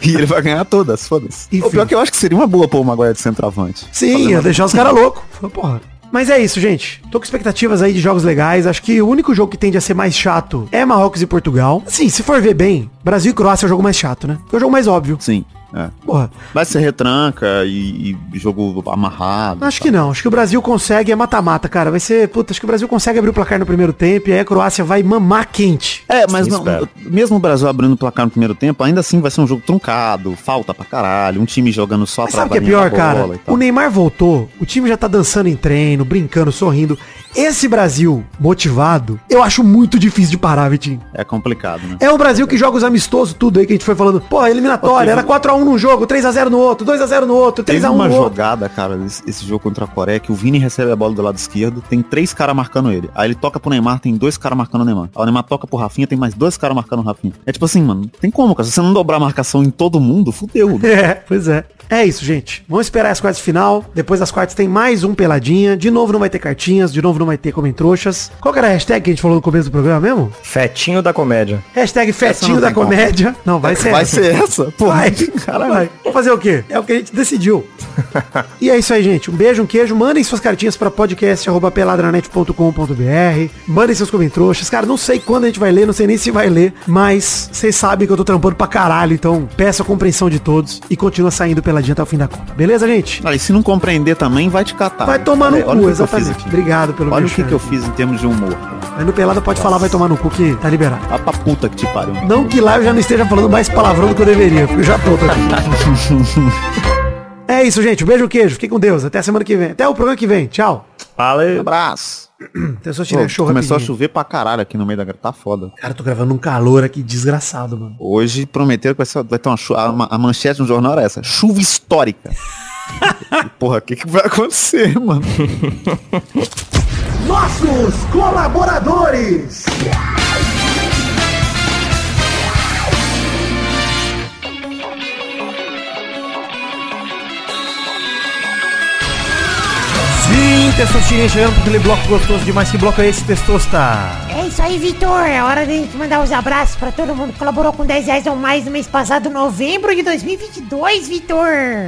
S4: E ele vai ganhar todas, foda-se.
S3: Enfim.
S4: O pior é que eu acho que seria uma boa pôr o Maguire de centroavante.
S3: Sim, ia deixar os
S4: <laughs>
S3: caras loucos. Porra. Mas é isso, gente. Tô com expectativas aí de jogos legais. Acho que o único jogo que tende a ser mais chato é Marrocos e Portugal. Sim, se for ver bem, Brasil e Croácia é o jogo mais chato, né? É o jogo mais óbvio.
S4: Sim, é.
S3: Porra,
S4: Vai ser retranca e, e jogo amarrado.
S3: acho que não. Acho que o Brasil consegue, é mata-mata, cara. Vai ser, puta, acho que o Brasil consegue abrir o placar no primeiro tempo e aí a Croácia vai mamar quente.
S4: É, mas
S2: Sim,
S4: não-
S2: espero.
S4: mesmo o Brasil abrindo o placar no primeiro tempo, ainda assim vai ser um jogo truncado, falta pra caralho, um time jogando só
S3: Mas sabe o que é
S4: atrás da
S3: pior,
S4: linha da bola
S3: cara?
S4: e tal.
S3: O Neymar voltou, o time já tá dançando em treino, brincando, sorrindo. Esse Brasil motivado, eu acho muito difícil de parar, Vitinho.
S4: É complicado, né?
S3: É o Brasil que joga os amistosos, tudo aí que a gente foi falando. Pô, eliminatória, era 4x1 num jogo, 3x0 no outro, 2x0 no outro,
S4: um- Teve
S3: 3x1 no
S4: uma
S3: um outro.
S4: jogada, cara, esse esse jogo contra a Coreia, que o Vini recebe a bola do lado esquerdo, tem três caras marcando ele. Aí ele toca pro Neymar, tem dois caras marcando o Neymar. Aí o Neymar toca pro Rafinha, tem mais dois caras marcando o Rafinha. É tipo assim, mano, tem como, cara? Se você não dobrar a marcação em todo mundo, fudeu.
S3: <laughs>
S4: né?
S3: É, pois é. É isso, gente. Vamos esperar as quartas de final. Depois das quartas tem mais um Peladinha. De novo não vai ter cartinhas, de novo não vai ter comentroxas. Qual que era a hashtag que a gente falou no começo do programa mesmo?
S2: Fetinho da comédia.
S3: Hashtag Fetinho
S4: não
S3: da
S4: tem como. É,
S3: Comédia. Não, vai ser
S4: Vai
S3: essa.
S4: ser essa? Pô,
S3: Vai,
S4: <laughs> caralho.
S3: vai. Vamos fazer o quê? É o que a gente decidiu.
S4: <laughs>
S3: e é isso aí, gente. Um beijo, um queijo. Mandem suas cartinhas para podcast.peladranet.com.br. Mandem seus comentroxas. Cara, não sei quando a gente vai ler, não sei nem se vai ler, mas vocês sabem que eu tô trampando pra caralho, então peço a compreensão de todos e continua saindo peladinha até o fim da conta. Beleza, gente?
S4: Cara, e se não compreender também, vai te catar.
S3: Vai tomar no
S4: Ah, Olha- olha
S3: cu,
S4: o que eu fiz
S3: exatamente.
S4: aqui.
S3: Obrigado pelo
S4: Olha o que,
S3: merchan.
S4: que eu fiz em termos de humor.
S3: Aí no Pelada pode falar, vai tomar no cu que tá liberado.
S4: A pra puta que te pariu.
S3: Não que lá eu já não esteja falando mais palavrão do que eu deveria, porque eu já tô. Tá?
S4: <laughs>
S3: é isso, gente. Um beijo, um queijo. Fiquem com Deus. Até a semana que vem. Até o programa que vem. Tchau.
S2: Fala aí.
S4: Abraço.
S3: Até só tirar
S4: Pô,
S3: é show
S4: começou a
S3: rapidinho.
S4: chover pra caralho aqui no meio da gra- Tá foda.
S3: Cara, eu tô gravando um calor aqui desgraçado, mano.
S4: Hoje prometeram que vai, ser- vai ter uma chuva. A, a manchete no jornal era essa. Chuva histórica. Porra, o que, que vai acontecer, mano?
S3: Nossos colaboradores! Sim, Testosterinha chegando com aquele bloco gostoso demais. Que bloco é esse, Testosta?
S6: É isso aí, Vitor. É hora de a gente mandar os abraços pra todo mundo que colaborou com 10 reais ou mais no mês passado, novembro de 2022, Vitor.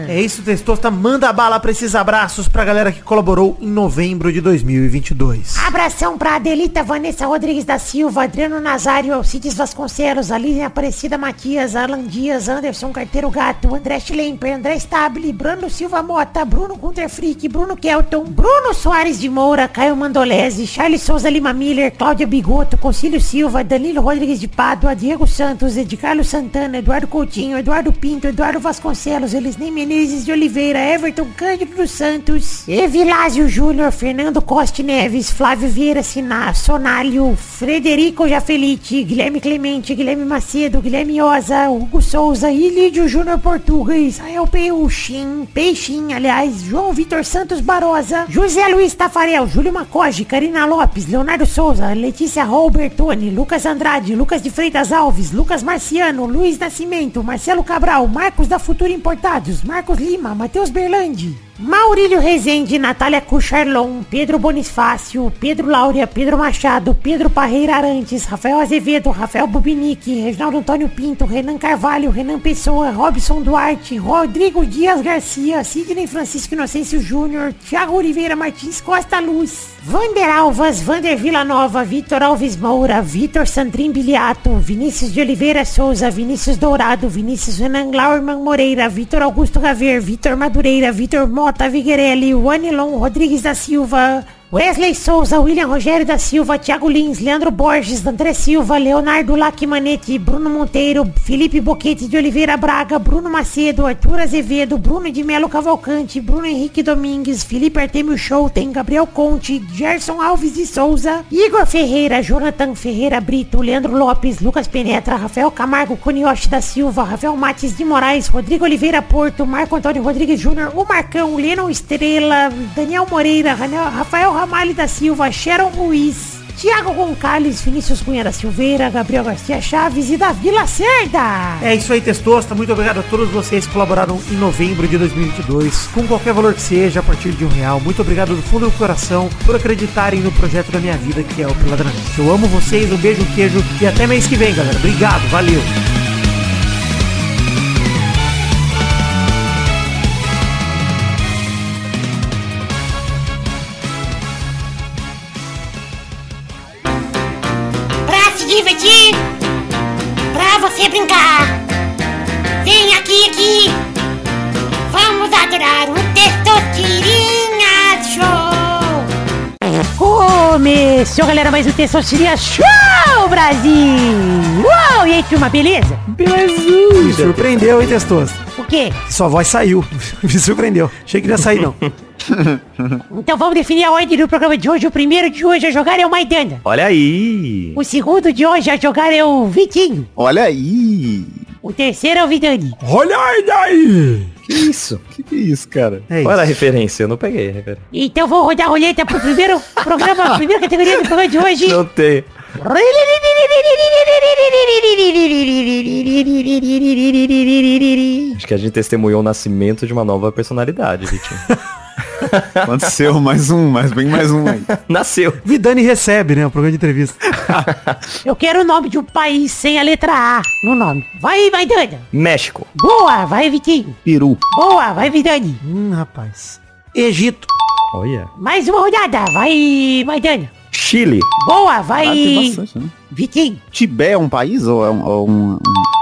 S3: É isso, Testosta. Manda bala pra esses abraços pra galera que colaborou em novembro de 2022.
S6: Abração pra Adelita Vanessa Rodrigues da Silva, Adriano Nazário, Alcides Vasconcelos, Aline Aparecida Matias, Alan Dias, Anderson Carteiro Gato, André Schlemper, André Stabile, Bruno Silva Mota, Bruno Gunter Frick, Bruno Kelton, Bruno Soares de Moura, Caio Mandolese, Charles Souza Lima Miller, Cláudia Bigoto, Concílio Silva, Danilo Rodrigues de Pádua, Diego Santos, Edgarlo Santana, Eduardo Coutinho, Eduardo Pinto, Eduardo Vasconcelos, Elisnei Menezes de Oliveira, Everton Cândido dos então Santos, Evilásio Júnior, Fernando Costa Neves, Flávio Vieira Sina, Sonalho, Frederico Jafelite, Guilherme Clemente, Guilherme Macedo, Guilherme Oza, Hugo Souza, Ilídio Júnior Portuga, Israel Peixin, Peixin, aliás, João Vitor Santos Barosa, José Luiz Tafarel, Júlio Macoge, Karina Lopes, Leonardo Souza, Letícia Robertoni, Lucas Andrade, Lucas de Freitas Alves, Lucas Marciano, Luiz Nascimento, Marcelo Cabral, Marcos da Futura Importados, Marcos Lima, Matheus Berlandi, Maurílio Rezende, Natália Cucharlon, Pedro Bonifácio, Pedro Laura, Pedro Machado, Pedro Parreira Arantes, Rafael Azevedo, Rafael Bubinique, Reginaldo Antônio Pinto, Renan Carvalho, Renan Pessoa, Robson Duarte, Rodrigo Dias Garcia, Sidney Francisco Inocêncio Júnior, Thiago Oliveira Martins Costa Luz, Vander Alvas, Vander Vila Nova, Vitor Alves Moura, Vitor Sandrin Biliato, Vinícius de Oliveira Souza, Vinícius Dourado, Vinícius Renan Glauerman Moreira, Vitor Augusto Gaver, Vitor Madureira, Vitor Mota Viguerelli, Wanilon Rodrigues da Silva, Wesley Souza, William Rogério da Silva, Thiago Lins, Leandro Borges, André Silva, Leonardo Lacimanetti, Bruno Monteiro, Felipe Boquete de Oliveira Braga, Bruno Macedo, Arthur Azevedo, Bruno de Melo Cavalcante, Bruno Henrique Domingues, Felipe Artemio Schouten, Gabriel Conte, Gerson Alves de Souza, Igor Ferreira, Jonathan Ferreira Brito, Leandro Lopes, Lucas Penetra, Rafael Camargo Cunioche da Silva, Rafael Mates de Moraes, Rodrigo Oliveira Porto, Marco Antônio Rodrigues Júnior, o Marcão, Lennon Estrela, Daniel Moreira, Ranel- Rafael Ramalho da Silva, Sharon Ruiz, Tiago Gonçalves, Vinícius Cunha da Silveira, Gabriel Garcia Chaves e Davi Lacerda.
S3: É isso aí, Testosta. Muito obrigado a todos vocês que colaboraram em novembro de 2022, com qualquer valor que seja, a partir de um real. Muito obrigado do fundo do coração por acreditarem no projeto da minha vida, que é o Peladranete. Eu amo vocês, um beijo, um queijo e até mês que vem, galera. Obrigado, valeu.
S7: pra se divertir, pra você brincar. Vem aqui, aqui, vamos adorar o Testosterinha Show.
S6: Começou, galera, mais um Tensão Seria Show Brasil! Uou, e aí, turma, beleza?
S3: Me surpreendeu, hein, Testosta?
S6: O quê?
S3: Sua voz saiu. <laughs> Me surpreendeu. Achei que não ia sair, <laughs> não.
S6: Então vamos definir a ordem do programa de hoje. O primeiro de hoje a jogar é o Maidana.
S2: Olha aí.
S6: O segundo de hoje a jogar é o Vitinho.
S4: Olha aí!
S6: O terceiro é o Vidani.
S2: Que isso?
S4: Que que é isso, cara?
S3: É
S2: Qual era a
S3: isso.
S2: referência? Eu não peguei a referência.
S6: Então vou rodar a roleta pro primeiro programa, primeira categoria do programa de hoje.
S2: Não tem. Acho que a gente testemunhou o nascimento de uma nova personalidade,
S4: <laughs>
S2: Vitinho.
S4: Aconteceu mais um, mais bem mais um aí.
S2: Nasceu.
S3: Vidani recebe, né? O programa de entrevista.
S6: Eu quero o nome de um país sem a letra A no nome. Vai, Maidana.
S2: México.
S6: Boa, vai, Vitinho.
S4: Peru.
S6: Boa, vai, Vidani.
S3: Hum, rapaz. Egito.
S2: Olha.
S6: Mais uma rodada. Vai, Maidana.
S2: Chile.
S6: Boa,
S4: Ah, tem
S6: vai,
S4: bastante, né?
S6: Vitinho.
S4: Tibé é um país ou é um... ou um- um-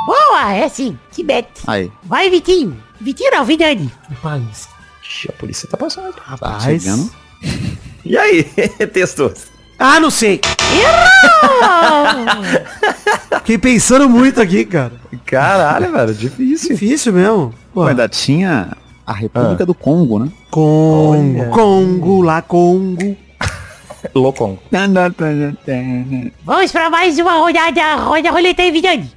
S6: Boa, é sim. Tibete.
S4: Aí.
S6: Vai, Vitinho. Vitinho não, Vidani.
S3: Rapaz.
S2: Ixi, a polícia tá passando.
S3: Rapaz.
S4: chegando.
S2: E aí? <laughs> Testou.
S3: Ah, não sei. Fiquei pensando muito aqui, cara.
S2: Caralho, velho. Difícil.
S3: Difícil mesmo. Pô.
S4: Ué, ainda tinha a
S3: Ah.
S4: República do Congo, né?
S3: Congo,
S2: Olha.
S3: Congo, lá Congo.
S2: Locongo.
S6: Vamos pra mais uma rodada. Roda a roleta aí, Vidani.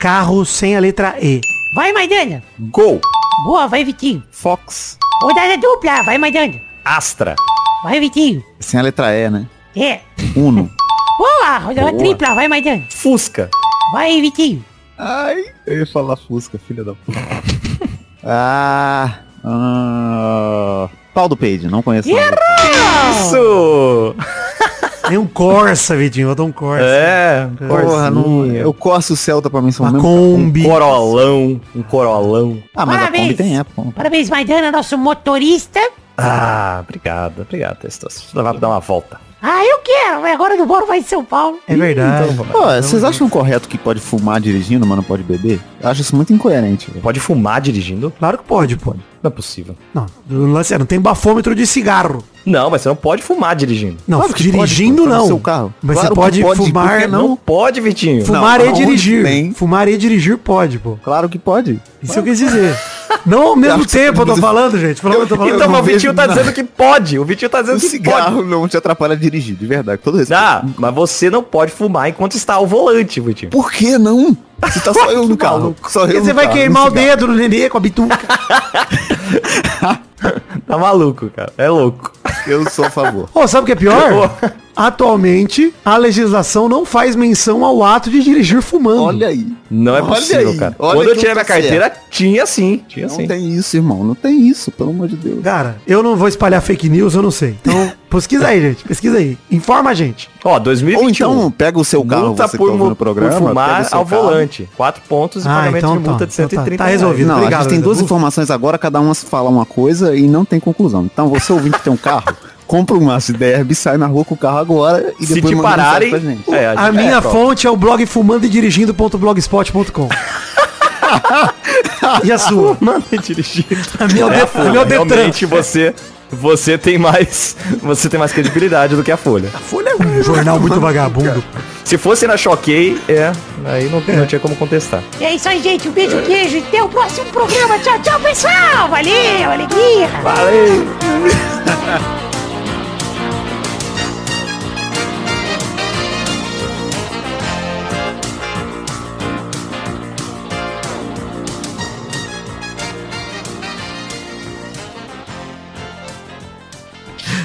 S3: Carro sem a letra E.
S6: Vai, Maidana.
S2: Gol.
S6: Boa, vai, Vitinho.
S4: Fox.
S6: Rodada dupla. Vai, Maidana.
S2: Astra.
S6: Vai, Vitinho.
S4: Sem a letra E, né?
S6: É.
S4: Uno.
S6: Boa, rodada
S2: Boa.
S6: tripla. Vai, Maidana.
S2: Fusca.
S6: Vai, Vitinho.
S4: Ai, eu ia falar Fusca, filha da puta. <laughs> ah, ah, Pau do Page, não conheço. nada. Oh.
S2: Isso.
S3: Tem um Corsa, Vidinho. Bota um Corsa.
S2: É.
S4: Porra, não, eu corso o Celta pra mim, são
S3: Uma
S4: mesmo.
S3: Kombi.
S2: Corolão. Um corolão.
S4: Ah, mas a Kombi
S6: Parabéns.
S4: tem época.
S6: Parabéns, Maidana, nosso motorista.
S2: Ah, obrigado. Obrigado, Testou. Deixa eu levar pra dar uma volta.
S6: Ah, eu quero. Agora do Boro vai de São Paulo.
S3: É
S2: Então,
S3: verdade.
S4: Então, Pô, vocês acham correto que pode fumar dirigindo, mas não pode beber? Eu acho isso muito incoerente, velho.
S2: Pode fumar dirigindo?
S3: Claro que pode, pô.
S2: Não é possível.
S3: Não, o lance é, não tem bafômetro de cigarro.
S2: Não, mas você não pode fumar dirigindo.
S3: Não,
S4: Claro que
S3: dirigindo
S4: pode, pô, tá no
S3: não.
S4: seu carro.
S3: Mas
S4: Claro
S3: você
S4: que
S3: pode,
S4: pode, por
S3: fumar,
S4: que
S2: Não,
S3: não.
S2: pode, Vitinho.
S3: Fumar
S4: Não,
S3: e
S4: aonde
S3: dirigir.
S4: tem?
S3: Fumar e dirigir pode, pô.
S4: Claro que pode.
S3: Isso eu
S4: <laughs>
S3: quis dizer. Não ao mesmo
S4: acho que você
S3: tempo eu tô
S4: precisa-
S3: falando, gente. Falando, eu tô falando.
S2: Então,
S4: não
S2: mas o Vitinho
S4: vejo
S2: tá
S4: nada.
S2: dizendo que pode. O Vitinho tá dizendo
S4: O
S2: que pode.
S4: cigarro não te atrapalha a dirigir, de verdade. com Todo respeito.
S2: Ah, mas você não pode fumar enquanto está ao volante, Vitinho.
S4: Por que não? Você tá só eu no carro. Só eu
S3: Porque você
S4: no
S3: vai
S4: carro,
S3: queimar
S4: no
S3: o dedo no nenê com a bituca.
S2: Tá maluco, cara. É louco.
S4: cigarro. Eu sou a favor.
S3: Ô, sabe o que é pior? Atualmente, a legislação não faz menção ao ato de dirigir fumando.
S4: Olha aí.
S2: Não é
S4: Olha
S2: possível,
S4: aí,
S2: cara.
S4: olha
S2: Quando eu
S4: que
S2: tirei
S4: não
S2: minha
S4: tá
S2: carteira, tinha sim. Tinha
S4: Não
S2: sim.
S4: tem isso, irmão. Não tem isso, pelo amor de Deus.
S3: Cara, eu não vou espalhar fake news, eu não sei. Então, pesquisa aí, gente. Pesquisa aí. Informa a gente.
S2: Ó,
S4: Ou
S2: 2021.
S4: então, pega o seu carro,
S2: multa
S4: você que
S2: por,
S4: tá
S2: mu-
S4: ouvindo o programa,
S2: por
S4: pega o
S2: fumar
S4: seu
S2: ao
S4: carro.
S2: volante. Quatro pontos e
S3: Ah,
S2: pagamento
S3: então
S2: de multa
S3: tá.
S2: de 130
S3: Tá resolvido.
S4: Não,
S3: Obrigado,
S4: a gente tem duas
S3: Dudu.
S2: <laughs>
S4: informações agora, cada uma fala uma coisa e não tem conclusão. Então, você ouvinte que tem um carro, compra um maço de derby, sai na rua com o carro agora e
S2: Se
S4: depois
S2: te
S4: manda mensagem
S2: pararem,
S4: pra gente.
S2: é,
S3: A
S2: gente-
S3: minha
S2: é, pronto.
S3: fonte é o blog fumando e dirigindo.blogspot.com. e a sua?
S2: Mano, é dirigido.
S3: A minha é o
S2: É a
S3: Det- a minha é
S2: folha.
S3: o Detran.
S2: Realmente você, você tem mais, você tem mais credibilidade do que a folha.
S3: Folha é um jornal muito vagabundo.
S2: Se fosse na Choquei, é, aí não, não tinha como contestar.
S6: E é isso aí, gente. Um beijo, queijo. E até o próximo programa. Tchau, tchau, pessoal. Valeu, alegria.
S3: <laughs>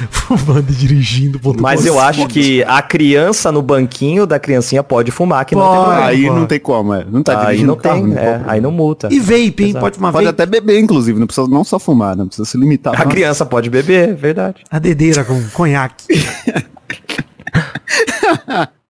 S3: Fumando e dirigindo. ponto com.
S2: Mas eu acho que a criança no banquinho da criancinha pode fumar, que não tem
S3: Pode.
S2: problema.
S4: Aí
S3: Pô.
S4: não tem como, é. Não tá
S2: Aí
S4: dirigindo
S2: não
S4: o carro,
S2: tem,
S4: não
S2: é,
S4: pode.
S2: aí não multa.
S3: E vape, hein? Pode fumar
S4: Pode
S3: vape.
S4: até beber, inclusive, não precisa não só fumar, né? Não precisa se limitar.
S2: A criança pode beber, é verdade.
S3: A dedeira com conhaque.